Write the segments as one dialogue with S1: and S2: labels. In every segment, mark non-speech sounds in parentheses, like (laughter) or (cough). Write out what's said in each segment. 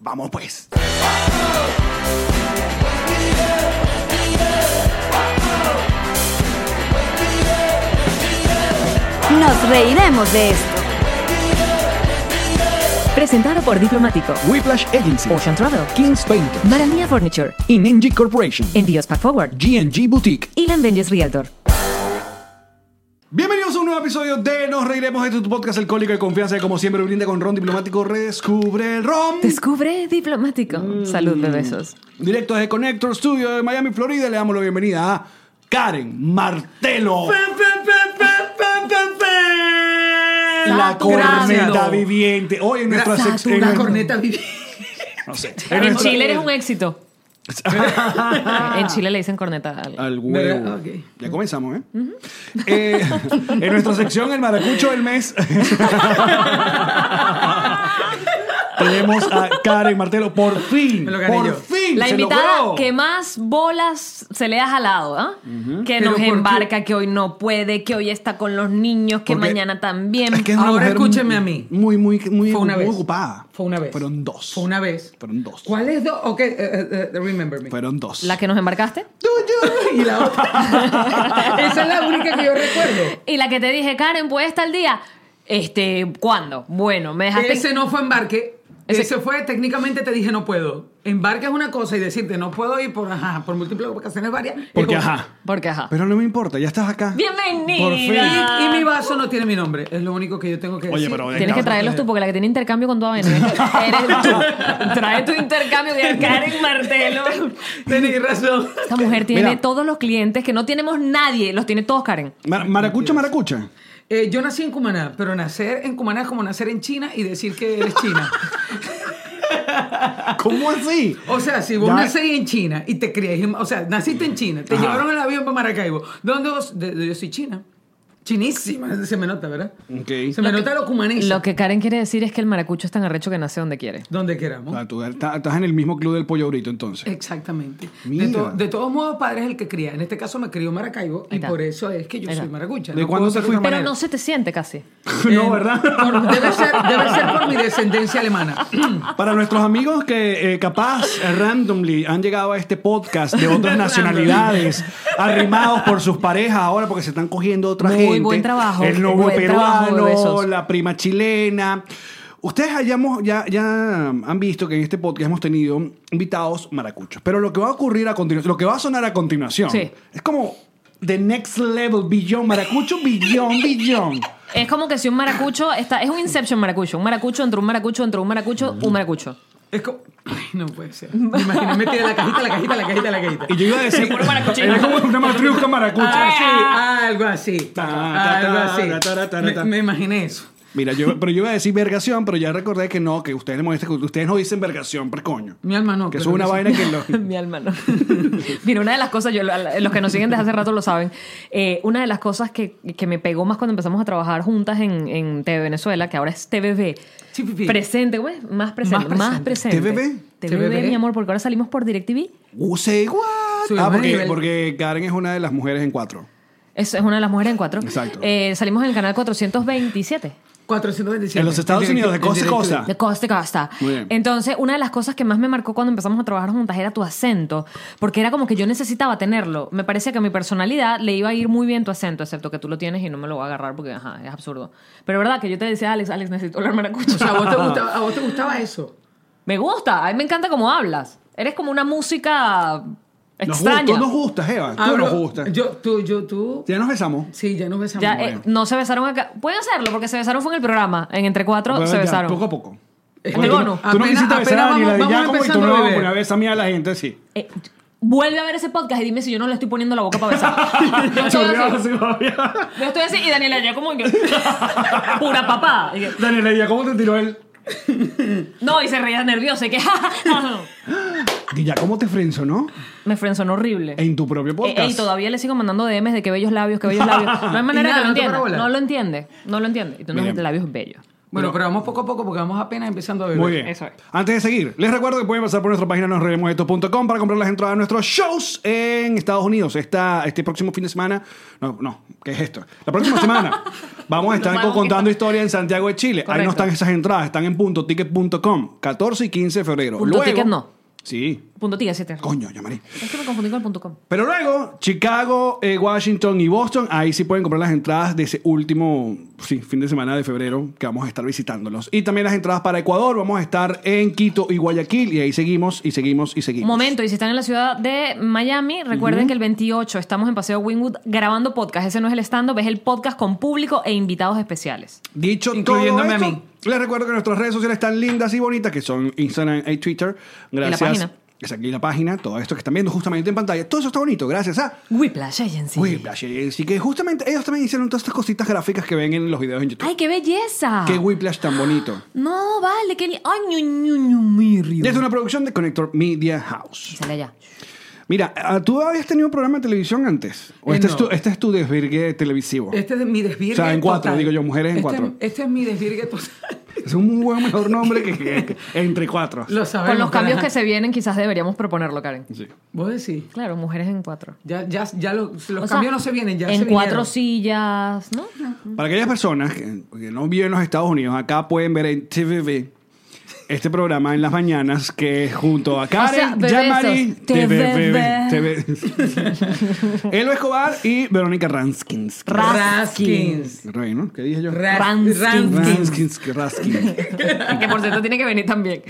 S1: Vamos pues.
S2: Nos reiremos de esto. Presentado por Diplomático,
S1: Whiplash Agency,
S2: Ocean Travel,
S1: Kings Painter,
S2: Maranía Furniture,
S1: Inenji Corporation,
S2: Envíos Pack Forward,
S1: GNG Boutique.
S2: y Venges Realtor.
S1: Bienvenidos a un nuevo episodio de Nos Reiremos. Este es tu podcast alcohólico de confianza que como siempre brinda con Ron Diplomático. Redescubre el Ron.
S2: Descubre Diplomático.
S3: Mm.
S2: Salud, bebesos.
S1: Directo desde Connector Studio de Miami, Florida. Le damos la bienvenida a Karen Martelo. La corneta
S4: Saturando.
S1: viviente. Hoy en nuestra sección.
S4: La corneta viviente.
S1: No sé.
S3: En
S1: nuestra-
S3: Chile
S1: (laughs)
S3: eres un Ah. éxito. en Chile le dicen corneta. al-
S1: Al huevo.
S4: Ok.
S1: Ya comenzamos, ¿eh? (laughs) Eh, En nuestra sección, el maracucho del
S3: (laughs)
S1: mes. Tenemos a Karen Martelo. Por fin.
S4: Me lo gané
S1: por
S4: yo.
S1: fin.
S3: La
S1: se
S3: invitada
S1: logró.
S3: que más bolas se le ha jalado, ¿ah? Que
S4: Pero
S3: nos
S4: ¿por qué?
S3: embarca, que hoy no puede, que hoy está con los niños, que
S1: Porque-
S3: mañana también.
S1: Es que es una
S4: Ahora
S1: mujer
S4: escúcheme a mí.
S1: Muy, muy, muy,
S4: Fue una
S1: muy
S4: vez.
S1: ocupada.
S4: Fue una vez.
S1: Fueron dos.
S4: Fue una vez.
S1: Fueron dos.
S4: ¿Cuál es dos? Ok, eh, eh, eh, remember me.
S1: Fueron dos.
S3: La que nos embarcaste.
S4: (laughs) Y
S3: (laughs)
S4: la otra. (laughs) Esa es la única que yo recuerdo.
S3: Y la que te dije, Karen, ¿puedes estar al día? Este, ¿cuándo? Bueno, me dejaste.
S4: Ese no fue embarque.
S3: Ese-
S4: Ese fue, técnicamente te dije no puedo. Embarque es una cosa y decirte no puedo ir por, ajá, por múltiples ocasiones varias. es
S1: Porque
S4: como-
S1: ajá.
S3: Porque ajá.
S1: Pero no me importa, ya estás acá.
S3: Bienvenida.
S1: Por fin.
S4: Y, y mi vaso no tiene mi nombre. Es lo único que yo tengo que
S1: Oye,
S4: decir.
S1: pero venga.
S3: Tienes que traerlos tú, porque la que tiene intercambio con
S1: (laughs)
S3: tu avenida eres tú. Trae tu intercambio de Karen Martelo.
S4: (laughs) Tenéis razón. (laughs)
S3: Esta mujer tiene
S1: Mira.
S3: todos los clientes que no tenemos nadie, los tiene todos Karen.
S1: Mar- maracucha, maracucha.
S4: Eh, yo nací en Cumaná, pero nacer en Cumaná es como nacer en China y decir que eres
S1: (laughs)
S4: china.
S1: ¿Cómo así?
S4: O sea, si vos
S1: Ya-
S4: nacés en China y te criás, en- o sea, naciste en China, te
S1: Ajá.
S4: llevaron el avión para Maracaibo. ¿Dónde vos? de- de- yo soy china. Chinísima, se me nota, ¿verdad?
S1: Ok.
S4: Se me nota lo cumanés.
S3: Lo que Karen quiere decir es que el maracucho es tan arrecho que nace donde quiere.
S4: Donde
S1: O
S4: queramos.
S1: sea, tú estás estás en el mismo club del pollo ahorita, entonces.
S4: Exactamente.
S1: Mira.
S4: De, to- de todos modos, padre es el que cría. En este caso me crió Maracaibo
S3: Ahí
S4: y
S3: está.
S4: por eso es que yo
S3: Ahí está.
S4: soy maracucha.
S1: ¿De
S4: No
S1: cuándo te
S4: puedo ser de otra
S1: fuiste?
S3: Pero
S4: manera.
S3: no se te siente casi.
S1: no,
S4: Eh,
S1: ¿verdad?
S4: por- debe, ser,
S1: (laughs)
S4: debe ser por mi descendencia alemana.
S1: Para nuestros amigos que eh, capaz eh, randomly han llegado a este podcast de otras nacionalidades, arrimados por sus parejas ahora porque se están cogiendo otra
S3: Muy
S1: gente.
S3: buen trabajo,
S1: El novio
S3: buen trabajo,
S1: peruano,
S3: besos.
S1: la prima chilena. Ustedes hayamos, ya, ya han visto que en este podcast hemos tenido invitados maracuchos. Pero lo que va a ocurrir a continuación, lo que va a sonar a continuación,
S3: Sí.
S1: es como the next level, billón, maracucho, billón, billón.
S3: Es como que si un maracucho está. Es un Inception maracucho. Un maracucho entre un maracucho entre un maracucho, un maracucho.
S4: Es como. Ay, no
S1: (laughs)
S4: puede ser. Me imaginé metida la cajita, la cajita, la cajita, la cajita.
S1: Y yo iba a decir, era como una matriusca maracucha.
S4: Ah, sí, algo así.
S1: Ta, ta,
S4: algo
S1: ta,
S4: así.
S1: ta, ta, ta, ta, ta.
S4: Me, me imaginé eso.
S1: Mira, yo, pero yo iba a decir vergación, pero ya recordé que no, que ustedes, le molesta que ustedes no dicen vergación, pero coño.
S4: Mi alma no.
S1: que eso
S4: pero
S1: es una
S4: sí.
S1: vaina que lo...
S3: (laughs)
S4: (laughs)
S3: Mi alma no. Mira, una de las cosas, yo, los que nos siguen desde hace rato lo saben, eh, una de las cosas que, que me pegó más cuando empezamos a trabajar juntas en, en TV Venezuela, que ahora es TVB,
S4: Sí, Pipi.
S3: presente, güey, más presente,
S4: Más
S3: más presente.
S1: TVB.
S3: TVB,
S4: TVB.
S3: mi amor, porque ahora salimos por DirecTV.
S1: Uh, say what?
S4: Subimos
S1: Ah,
S4: de
S1: porque,
S4: nivel.
S1: porque Karen es una de las mujeres en cuatro.
S3: Es, es una de las mujeres en cuatro.
S1: Exacto.
S3: Eh, salimos en el canal 427.
S4: 427.
S1: En los Estados
S4: Directo-
S1: Unidos, de cosa a
S4: directo-
S1: cosa.
S3: De costa a costa.
S1: Ah. Muy bien.
S3: Entonces, una de las cosas que más me marcó cuando empezamos a trabajar juntas era tu acento, porque era como que yo necesitaba tenerlo. Me parecía que a mi personalidad le iba a ir muy bien tu acento, excepto que tú lo tienes y no me lo voy a agarrar porque, ajá, es absurdo. Pero verdad que yo te decía, Alex, Alex, necesito hablar maracucho.
S4: O sea,
S1: (laughs)
S4: ¿a vos, te gustaba, a vos te gustaba eso.
S3: me gusta, a mí me encanta cómo hablas. Eres como una música extraña.
S1: Tú nos gustas, Eva. Tú
S4: Hablo-
S1: nos gustas.
S4: Yo, tú, yo, tú.
S1: Ya nos besamos.
S4: Sí, ya nos besamos.
S3: Ya,
S1: Muy
S3: eh,
S1: bien.
S3: no se besaron acá. Pueden hacerlo porque se besaron fue en el programa. En Entre Cuatro
S1: Bueno,
S3: se
S1: ya,
S3: besaron.
S1: Poco a poco.
S4: Es
S1: Porque
S3: que
S1: tú,
S3: bueno,
S1: tú no
S4: Este, apenas-
S1: quisiste besar
S4: apenas
S1: a Daniela
S4: vamos-
S1: de
S4: vamos
S1: Giacomo y tú
S4: empezando
S1: no
S4: a
S1: vas a
S4: beber. (laughs)
S1: poner a besar a mí a la gente, sí.
S3: Eh, vuelve a ver ese podcast y dime si yo no le estoy poniendo la boca
S1: (laughs)
S3: para besar. (laughs) Yo estoy
S1: Chorreaba
S3: así,
S4: (laughs)
S1: así, babia.
S3: yo estoy así y Daniela ya como que (laughs) pura papá. Y que-
S1: Daniela, ¿y cómo te tiró él?
S3: no, y se reía nerviosa y que (laughs)
S1: ¿Y ya cómo te frenzo, no?
S3: me frenzonó horrible.
S1: En tu propio
S3: Eh,
S1: podcast.
S3: ey, todavía le sigo mandando DMs de que bellos labios, que bellos labios. No hay manera
S4: Y
S3: que lo
S4: nada, no te
S3: entienda.
S4: parabola.
S3: No lo entiende. No lo entiende. Y tú no
S1: Bien.
S3: tienes labios bellos.
S4: Bueno, pero vamos poco a poco porque vamos apenas empezando a beber.
S1: Muy bien.
S3: Eso es.
S1: Antes de seguir, les recuerdo que pueden pasar por nuestra página nosredemosesto.com para comprar las entradas a nuestros shows en Estados Unidos. Esta, este próximo fin de semana. No, no, ¿qué es esto? La próxima semana vamos a estar
S3: Vamos.
S1: contando historias en Santiago de Chile. Ahí no
S3: Correcto.
S1: están esas entradas, están en puntoticket.com, 14 y 15 de febrero.
S3: Punto ticket no.
S1: Sí.
S3: Punto tiga, siete.
S1: Coño, llamaré.
S3: Es que me confundí con el punto com.
S1: Pero luego, Chicago, eh, Washington y Boston, ahí sí pueden comprar las entradas de ese último sí, fin de semana de febrero que vamos a estar visitándolos. Y también las entradas para Ecuador, vamos a estar en Quito y Guayaquil y ahí seguimos y seguimos y seguimos.
S3: Momento, y si están en la ciudad de Miami, recuerden que el 28 estamos en Paseo Wingwood grabando podcast. Ese no es el stand-up, es el podcast con público e invitados especiales.
S1: Dicho
S4: Incluyéndome
S1: todo
S4: a
S1: esto,
S4: mí.
S1: les recuerdo que nuestras redes sociales están lindas y bonitas, que son Instagram y Twitter. Gracias.
S3: página.
S1: Es aquí la página, todo esto que están viendo justamente en pantalla. Todo eso está bonito, gracias a
S3: Whiplash Agency.
S1: Whiplash Agency, que justamente ellos también hicieron todas estas cositas gráficas que ven en los videos en YouTube.
S3: ¡Ay, ah. qué belleza!
S1: Qué Whiplash tan bonito.
S3: No, vale, que... ¡Ay, ñu, ñu, ñu, mi
S1: Y
S3: río!
S1: es una producción de Connector Media House.
S3: Sale allá.
S1: Mira, ah, ¿tú habías tenido un programa de televisión antes? ¿O
S4: Eh,
S1: este,
S4: no.
S1: es tu, este es tu desvirgue televisivo?
S4: Este es mi desvirgue.
S1: O sea, en cuatro,
S4: total.
S1: digo yo, mujeres en
S4: Este-
S1: cuatro.
S4: Este es mi desvirgue total. (laughs)
S1: Es un buen mejor nombre que, que- que- entre cuatro.
S4: Lo sabemos.
S3: Con los
S4: pero
S3: cambios
S4: ajá.
S3: que se vienen, quizás deberíamos proponerlo, Karen.
S1: Sí.
S4: Vos decís.
S3: Claro, mujeres en cuatro.
S4: Ya, ya, ya los, los
S3: O sea,
S4: cambios no se vienen, ya
S3: En
S4: se
S3: cuatro
S4: vinieron.
S3: sillas, ¿no?
S1: Para aquellas personas que, que no viven en los Estados Unidos, acá pueden ver en TVV este programa en las mañanas que es junto a Karen,
S3: sea,
S1: Yamari,
S3: bebesos.
S1: TVV, TV. (laughs) Elo Escobar y Verónica Ranskins.
S4: Raskins.
S1: Rey, ¿no? ¿Qué dije yo?
S4: Ra-
S3: Ranskins.
S4: Ranskins.
S1: Ranskins, que
S4: (laughs)
S1: Ranskins.
S3: Y que por cierto tiene que venir también.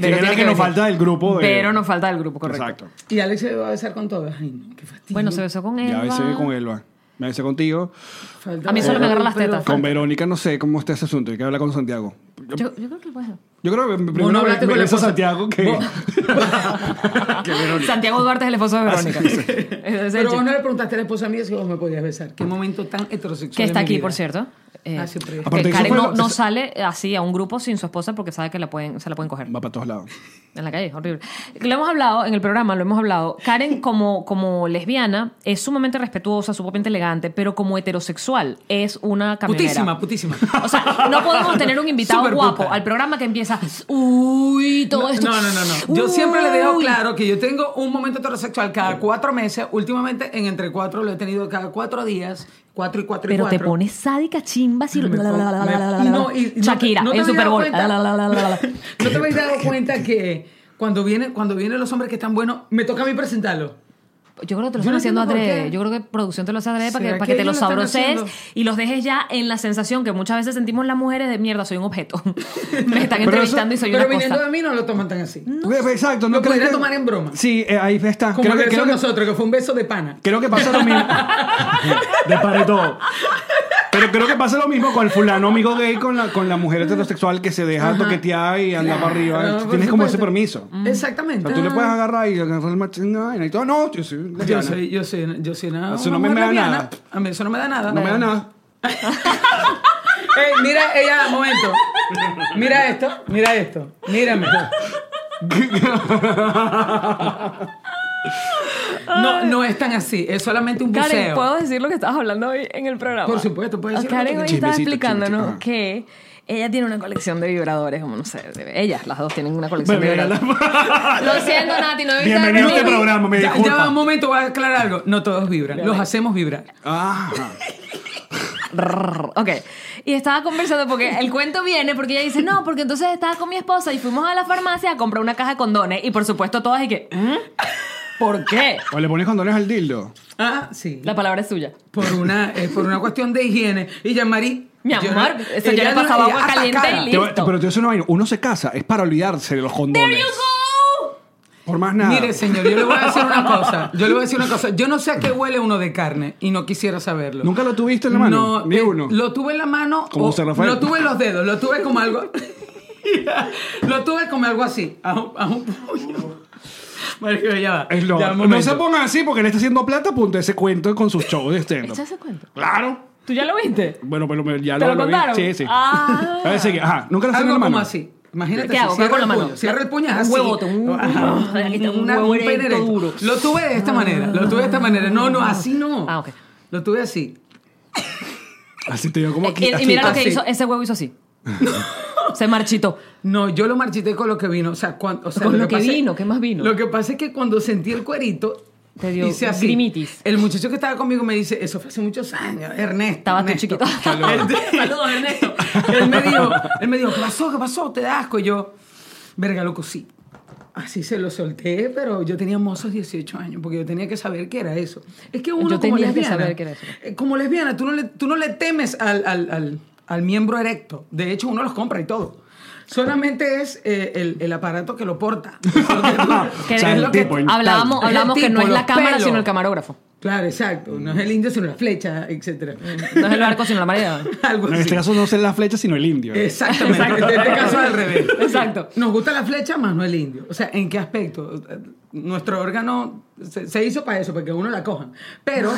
S3: Pero
S1: era la que nos falta del grupo de-
S3: Pero nos falta del grupo, correcto.
S1: Exacto.
S4: Y Alex se va a besar con todas. Ay, no, qué fastidio.
S3: Bueno, se besó con él.
S1: Ya a veces con Elba. Me besé contigo.
S4: Falta
S3: A mí solo me agarran las
S4: pero-
S3: tetas.
S1: Con Verónica no sé cómo está ese asunto. Hay que hablar con Santiago.
S3: Yo, yo creo que puedo.
S1: Yo creo que primero
S4: no
S1: me,
S4: hablaste
S1: me
S4: con la
S1: beso a
S4: esposa.
S1: Santiago que... que Verónica.
S3: Santiago Duarte es el esposo de Verónica. Es el
S4: Pero
S3: chico.
S4: vos no le preguntaste a la esposa mía si vos me podías besar. Qué momento tan heterosexual.
S3: que está
S4: de mi
S3: aquí,
S4: vida.
S3: por cierto. Eh,
S4: Ah, siempre.
S3: porque
S1: Aparte, eso
S3: Karen
S1: fue
S3: no,
S1: lo-
S3: no sale así a un grupo sin su esposa porque sabe que la pueden, se la pueden coger.
S1: (laughs) Va para todos lados.
S3: En la calle, es horrible. Lo hemos hablado en el programa, lo hemos hablado.
S4: (laughs)
S3: Karen, como, como lesbiana, es sumamente respetuosa, sumamente elegante, pero como heterosexual, es una camionera.
S4: Putísima, putísima.
S3: O sea, no podemos tener un invitado
S4: Súper
S3: guapo
S4: puta.
S3: al programa que empieza, "Uh, uy, todo esto.
S4: No, no, no, no. Yo
S3: uy".
S4: siempre le dejo claro que yo tengo un momento heterosexual cada cuatro meses. Últimamente, en entre cuatro, lo he tenido cada cuatro días. Cuatro y cuatro y
S3: Pero
S4: cuatro.
S3: te pones sádica, chimba, así.
S4: Me
S3: la, la, la, la, la, la,
S4: y
S3: la,
S4: no,
S3: la.
S4: y- y no-
S3: Shakira,
S4: ¿no te
S3: el
S4: habías
S3: Super
S4: dado
S3: Bowl.
S4: cuenta?
S3: La, la, la, la,
S4: (laughs)
S3: la.
S4: ¿No te habéis dado cuenta que cuando vienen cuando vienen los hombres que están buenos, me toca a mí presentarlo?
S3: Yo creo que te lo
S4: Yo
S3: están
S4: no
S3: haciendo
S4: entiendo por
S3: adrede.
S4: qué.
S3: Yo creo que producción te lo hace adrede para que,
S4: ¿Será
S3: para
S4: que
S3: que te los
S4: ellos lo están
S3: sabrosees
S4: haciendo?
S3: y los dejes ya en la sensación que muchas veces sentimos las mujeres de mierda, soy un objeto. (laughs) Me están
S1: Pero
S3: entrevistando y soy
S4: Pero
S3: una
S4: viniendo
S3: cosa. Mm.
S4: de mí no lo toman tan así.
S1: Ve- pues, Exacto. No
S4: Lo
S1: creo
S4: podría
S1: que-
S4: tomar en broma.
S1: Sí, eh, ahí está.
S4: Como
S1: Creo
S4: el
S1: que,
S4: que,
S1: creo,
S4: besó
S1: que,
S4: nosotros, que fue un beso de pana.
S1: creo que pasa lo
S4: (laughs)
S1: mismo. De par de todo. Pero creo que pasa lo mismo con el fulano amigo gay, con la, con la mujer heterosexual que se deja toquetear y anda para arriba.
S4: Claro,
S1: Tienes
S4: Ah, por
S1: como ese
S4: supuesto. Mm.
S1: permiso. O
S4: Exactamente. Ah.
S1: sea, tú le puedes agarrar y agarrar el machinga y todo. No, yo soy lesbiana.
S4: Yo soy, yo soy, yo soy una.
S1: Eso no
S4: una
S1: me
S4: mujer
S1: da nada.
S4: lesbiana. A mí eso no me da nada.
S1: No me da nada.
S4: Ey, mira, ella, momento. Mira esto, mira esto. Mírame. No, no es tan así. Es solamente un buceo.
S3: Karen, ¿puedo decir lo que estabas hablando hoy en el programa?
S4: Por supuesto, puedes decir lo que
S3: Karen hoy
S1: quieras.
S3: estaba
S1: Chismecito,
S3: explicándonos
S1: chismecito, ajá.
S3: que ella tiene una colección de vibradores, como no sé, de- ellas, las dos tienen una colección de
S1: Beberá la- (laughs)
S3: vibradores. (laughs) Lo siento, Nati, no he visto
S1: Bienvenido a este
S3: el programa.
S1: programa, me
S4: ya,
S1: disculpa.
S4: ya va un momento, voy a aclarar algo. No todos vibran, los hacemos vibrar.
S1: Ajá.
S3: Rrr, Ok. Y estaba conversando porque el cuento viene porque ella dice, no, porque entonces estaba con mi esposa y fuimos a la farmacia a comprar una caja de condones. Y por supuesto todas y que, "¿Mm? ¿por qué?
S1: O le pones condones al dildo.
S4: Ah, sí.
S3: La palabra es suya.
S4: Por una, es por una cuestión de higiene. Y Yamari.
S3: Mi
S4: yo-
S3: amor, eso
S4: ella
S3: ya le
S4: no-
S3: pasaba
S4: ella
S3: agua
S4: hasta
S3: caliente
S4: cara.
S3: y
S1: Te voy-
S3: Listo.
S1: pero te voy a decir una vaina. Uno se casa, es para olvidarse de los
S3: There
S1: condones.
S3: you go.
S1: Por más nada.
S4: Mire, señor, yo le voy a decir una cosa. Yo le voy a decir una cosa. Yo no sé a qué huele uno de carne y no quisiera saberlo.
S1: ¿Nunca lo tuviste en la mano?
S4: No,
S1: Ni
S4: eh,
S1: uno.
S4: Lo tuve en la mano.
S1: Como
S4: o-
S1: José Rafael.
S4: Lo tuve en los dedos, lo tuve (laughs) como algo. lo tuve como algo así, a un, a un puño. (laughs) Marico, ya va.
S1: Es lo-
S4: Ya, un
S1: no
S4: momento.
S1: se pongan así porque le está haciendo plata, punto ese cuento con sus shows de stand
S3: ¿Echaste cuento?
S1: Claro.
S3: ¿Tú ya lo viste?
S1: Bueno, pero me- ya
S3: ¿Te lo
S1: vi.
S3: contaron?
S1: Sí, sí.
S3: Ah.
S1: A ver, sigue. Ajá. Nunca la hacen en la
S4: Algo
S1: mano.
S4: como así. Imagínate,
S3: ¿Qué hago?
S4: si cierra
S3: Con la
S4: el
S3: mano.
S4: puño, cierra el puño es
S3: Un
S4: así.
S3: huevote, un-
S4: Ajá.
S3: Dale, un
S4: Una-
S3: huevo
S4: un pene
S3: erecto
S4: erecto.
S3: duro.
S4: Lo tuve de esta manera, lo tuve de esta manera. No, no, así no.
S3: Ah, ok.
S4: Lo tuve así.
S1: Así te digo como aquí.
S3: Eh, Y, y
S1: así.
S3: mira lo
S4: así.
S3: que hizo, ese huevo hizo así. Se marchitó.
S4: No, yo lo marchité con lo que vino. O sea, cuan- o sea,
S3: Con lo que
S4: pasa-
S3: vino, ¿qué más vino?
S4: Lo que pasa es que cuando sentí el cuerito.
S3: Te dio
S4: hice así.
S3: grimitis.
S4: El muchacho que estaba conmigo me dice, eso fue hace muchos años, Ernesto.
S3: Estaba tú
S4: Ernesto. (laughs)
S3: chiquito.
S4: Él-
S3: (laughs) Saludos, Ernesto.
S4: él, me dijo, él me dijo, ¿qué pasó? ¿Qué pasó? ¿Te da asco? Y yo, verga, loco, sí. Así se lo solté, pero yo tenía mozos 18 años, porque yo tenía que saber qué era eso. Es que uno
S3: Yo tenía
S4: como
S3: que
S4: lesbiana,
S3: saber qué era eso.
S4: eh, Como lesbiana, tú no le, tú no le temes al, al- al- al miembro erecto. De hecho, uno los compra y todo. Solamente es eh, el, el aparato que
S3: (laughs)
S4: lo porta.
S1: O
S3: Que
S1: sea,
S3: es
S1: el
S3: lo que-
S1: tipo en-
S3: hablábamos
S4: tal.
S3: hablábamos que
S4: Tipo,
S3: no es la
S4: pues, los
S3: cámara,
S4: pelos.
S3: sino el camarógrafo.
S4: Claro, exacto. No es el indio, sino la flecha,
S3: (laughs)
S4: etc.
S3: No es el barco, sino la
S4: (laughs)
S3: marea.
S4: Algo
S1: No, en
S4: así.
S1: este caso no es la flecha, sino el indio.
S4: Exactamente. En este caso es al revés.
S3: Exacto.
S4: Nos gusta la flecha más no el indio. O sea, ¿en qué aspecto? Nuestro órgano se, se hizo para eso, para que uno la cojan.
S3: (laughs)
S4: Pero,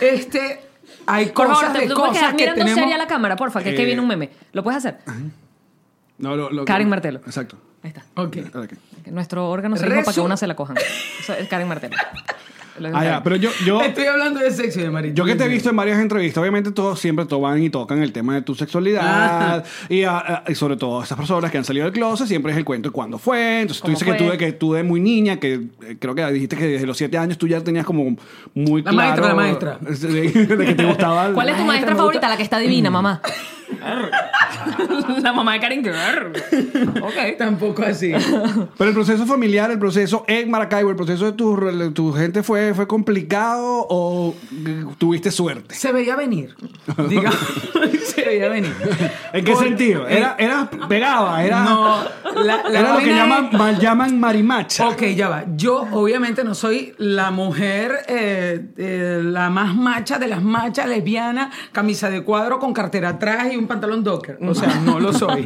S4: este, hay
S3: Por
S4: cosas
S3: favor, te,
S4: de
S3: tú puedes
S4: cosas
S3: quedar
S4: que
S3: mirando
S4: tenemos...
S3: seria a la cámara, porfa, que es que
S1: Eh.
S3: viene un meme. ¿Lo puedes hacer?
S1: No, lo- lo-
S3: Karen Martelo.
S1: Exacto.
S3: Ahí está.
S4: Ok.
S1: Ahora aquí.
S3: Nuestro órgano se hizo para que
S4: Resu-
S3: una se la cojan. Eso es Karen Martelo. Lo dijo
S1: Ah,
S3: Karen.
S1: ya, pero yo, yo,
S4: Estoy hablando de sexo y de marido.
S1: yo que te he visto en varias entrevistas, obviamente todos siempre to- van y tocan el tema de tu sexualidad y, ah, ah, y sobre todo esas personas que han salido del closet, siempre es el cuento de cuándo fue. Entonces tú
S3: ¿Cómo
S1: dices que tú,
S3: fue?
S1: de, que tú de muy niña, que eh, creo que dijiste que desde los siete años tú ya tenías como muy
S4: La
S1: claro...
S4: maestra, la
S1: (laughs)
S4: maestra.
S1: De, de que
S4: (laughs)
S1: te gustaba... el-
S3: ¿Cuál es tu
S4: Ay, esta
S3: maestra
S4: me gusta.
S3: favorita? La que está divina, mamá. la mamá de Karen que- Ok.
S4: Tampoco así.
S1: Pero el proceso familiar, el proceso en Maracaibo, el proceso de tu, re- tu gente fue, fue complicado o eh, tuviste suerte.
S4: Se veía venir. Digamos, (laughs) se veía venir.
S1: ¿En qué
S4: Por-
S1: sentido? Era, era pegaba, era,
S4: No, la- la
S1: era lo que
S4: vaina
S1: llaman,
S4: es-
S1: mal llaman marimacha.
S4: Ok, ya va. Yo obviamente no soy la mujer, eh, eh, la más macha de las machas, lesbiana, camisa de cuadro con cartera atrás y un pantalón docker. O sea, no
S1: (laughs)
S4: lo soy.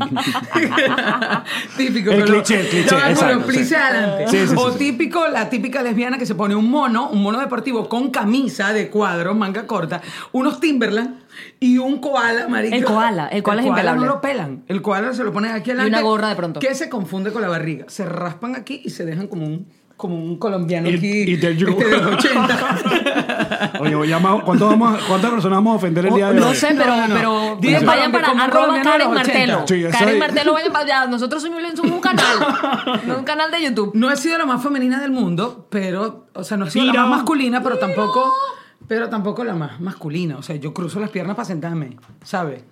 S4: típico.
S1: El
S4: con lo-
S1: cliché, el
S4: ya
S1: cliché,
S4: va con
S1: exacto,
S4: los plices
S1: sí.
S4: adelante.
S1: Sí, sí, sí,
S4: o
S1: sí.
S4: típico, la típica lesbiana que se pone un mono, un mono deportivo con camisa de cuadro, manga corta, unos Timberland y un koala, marico.
S3: El koala, el koala es impelable.
S4: no lo pelan. El koala se lo ponen aquí adelante.
S3: una gorra de pronto.
S4: ¿Qué se confunde con la barriga. Se raspan aquí y se dejan como un, como un colombiano
S1: Y-
S4: aquí.
S1: y del yugo.
S4: este de
S1: (laughs)
S4: los 80.
S1: Oye, voy a llamar- ¿cuánto vamos a- ¿cuántas personas vamos a ofender el día de hoy?
S3: No sé, pero, pero
S4: Dile
S3: vayan
S4: para-
S3: para
S4: como
S3: arroba
S4: colombiano de
S3: Karen
S4: los 80.
S3: Martelo.
S1: Sí, eso
S3: Karen
S1: ahí.
S3: Martelo, vayan para allá. Nosotros somos un- somos un canal. no un canal de YouTube.
S4: No he sido la más femenina del mundo, pero, o sea, no he sido la
S1: Mira.
S4: más masculina, pero tampoco, pero tampoco la más masculina. O sea, yo cruzo las piernas para sentarme, ¿sabes?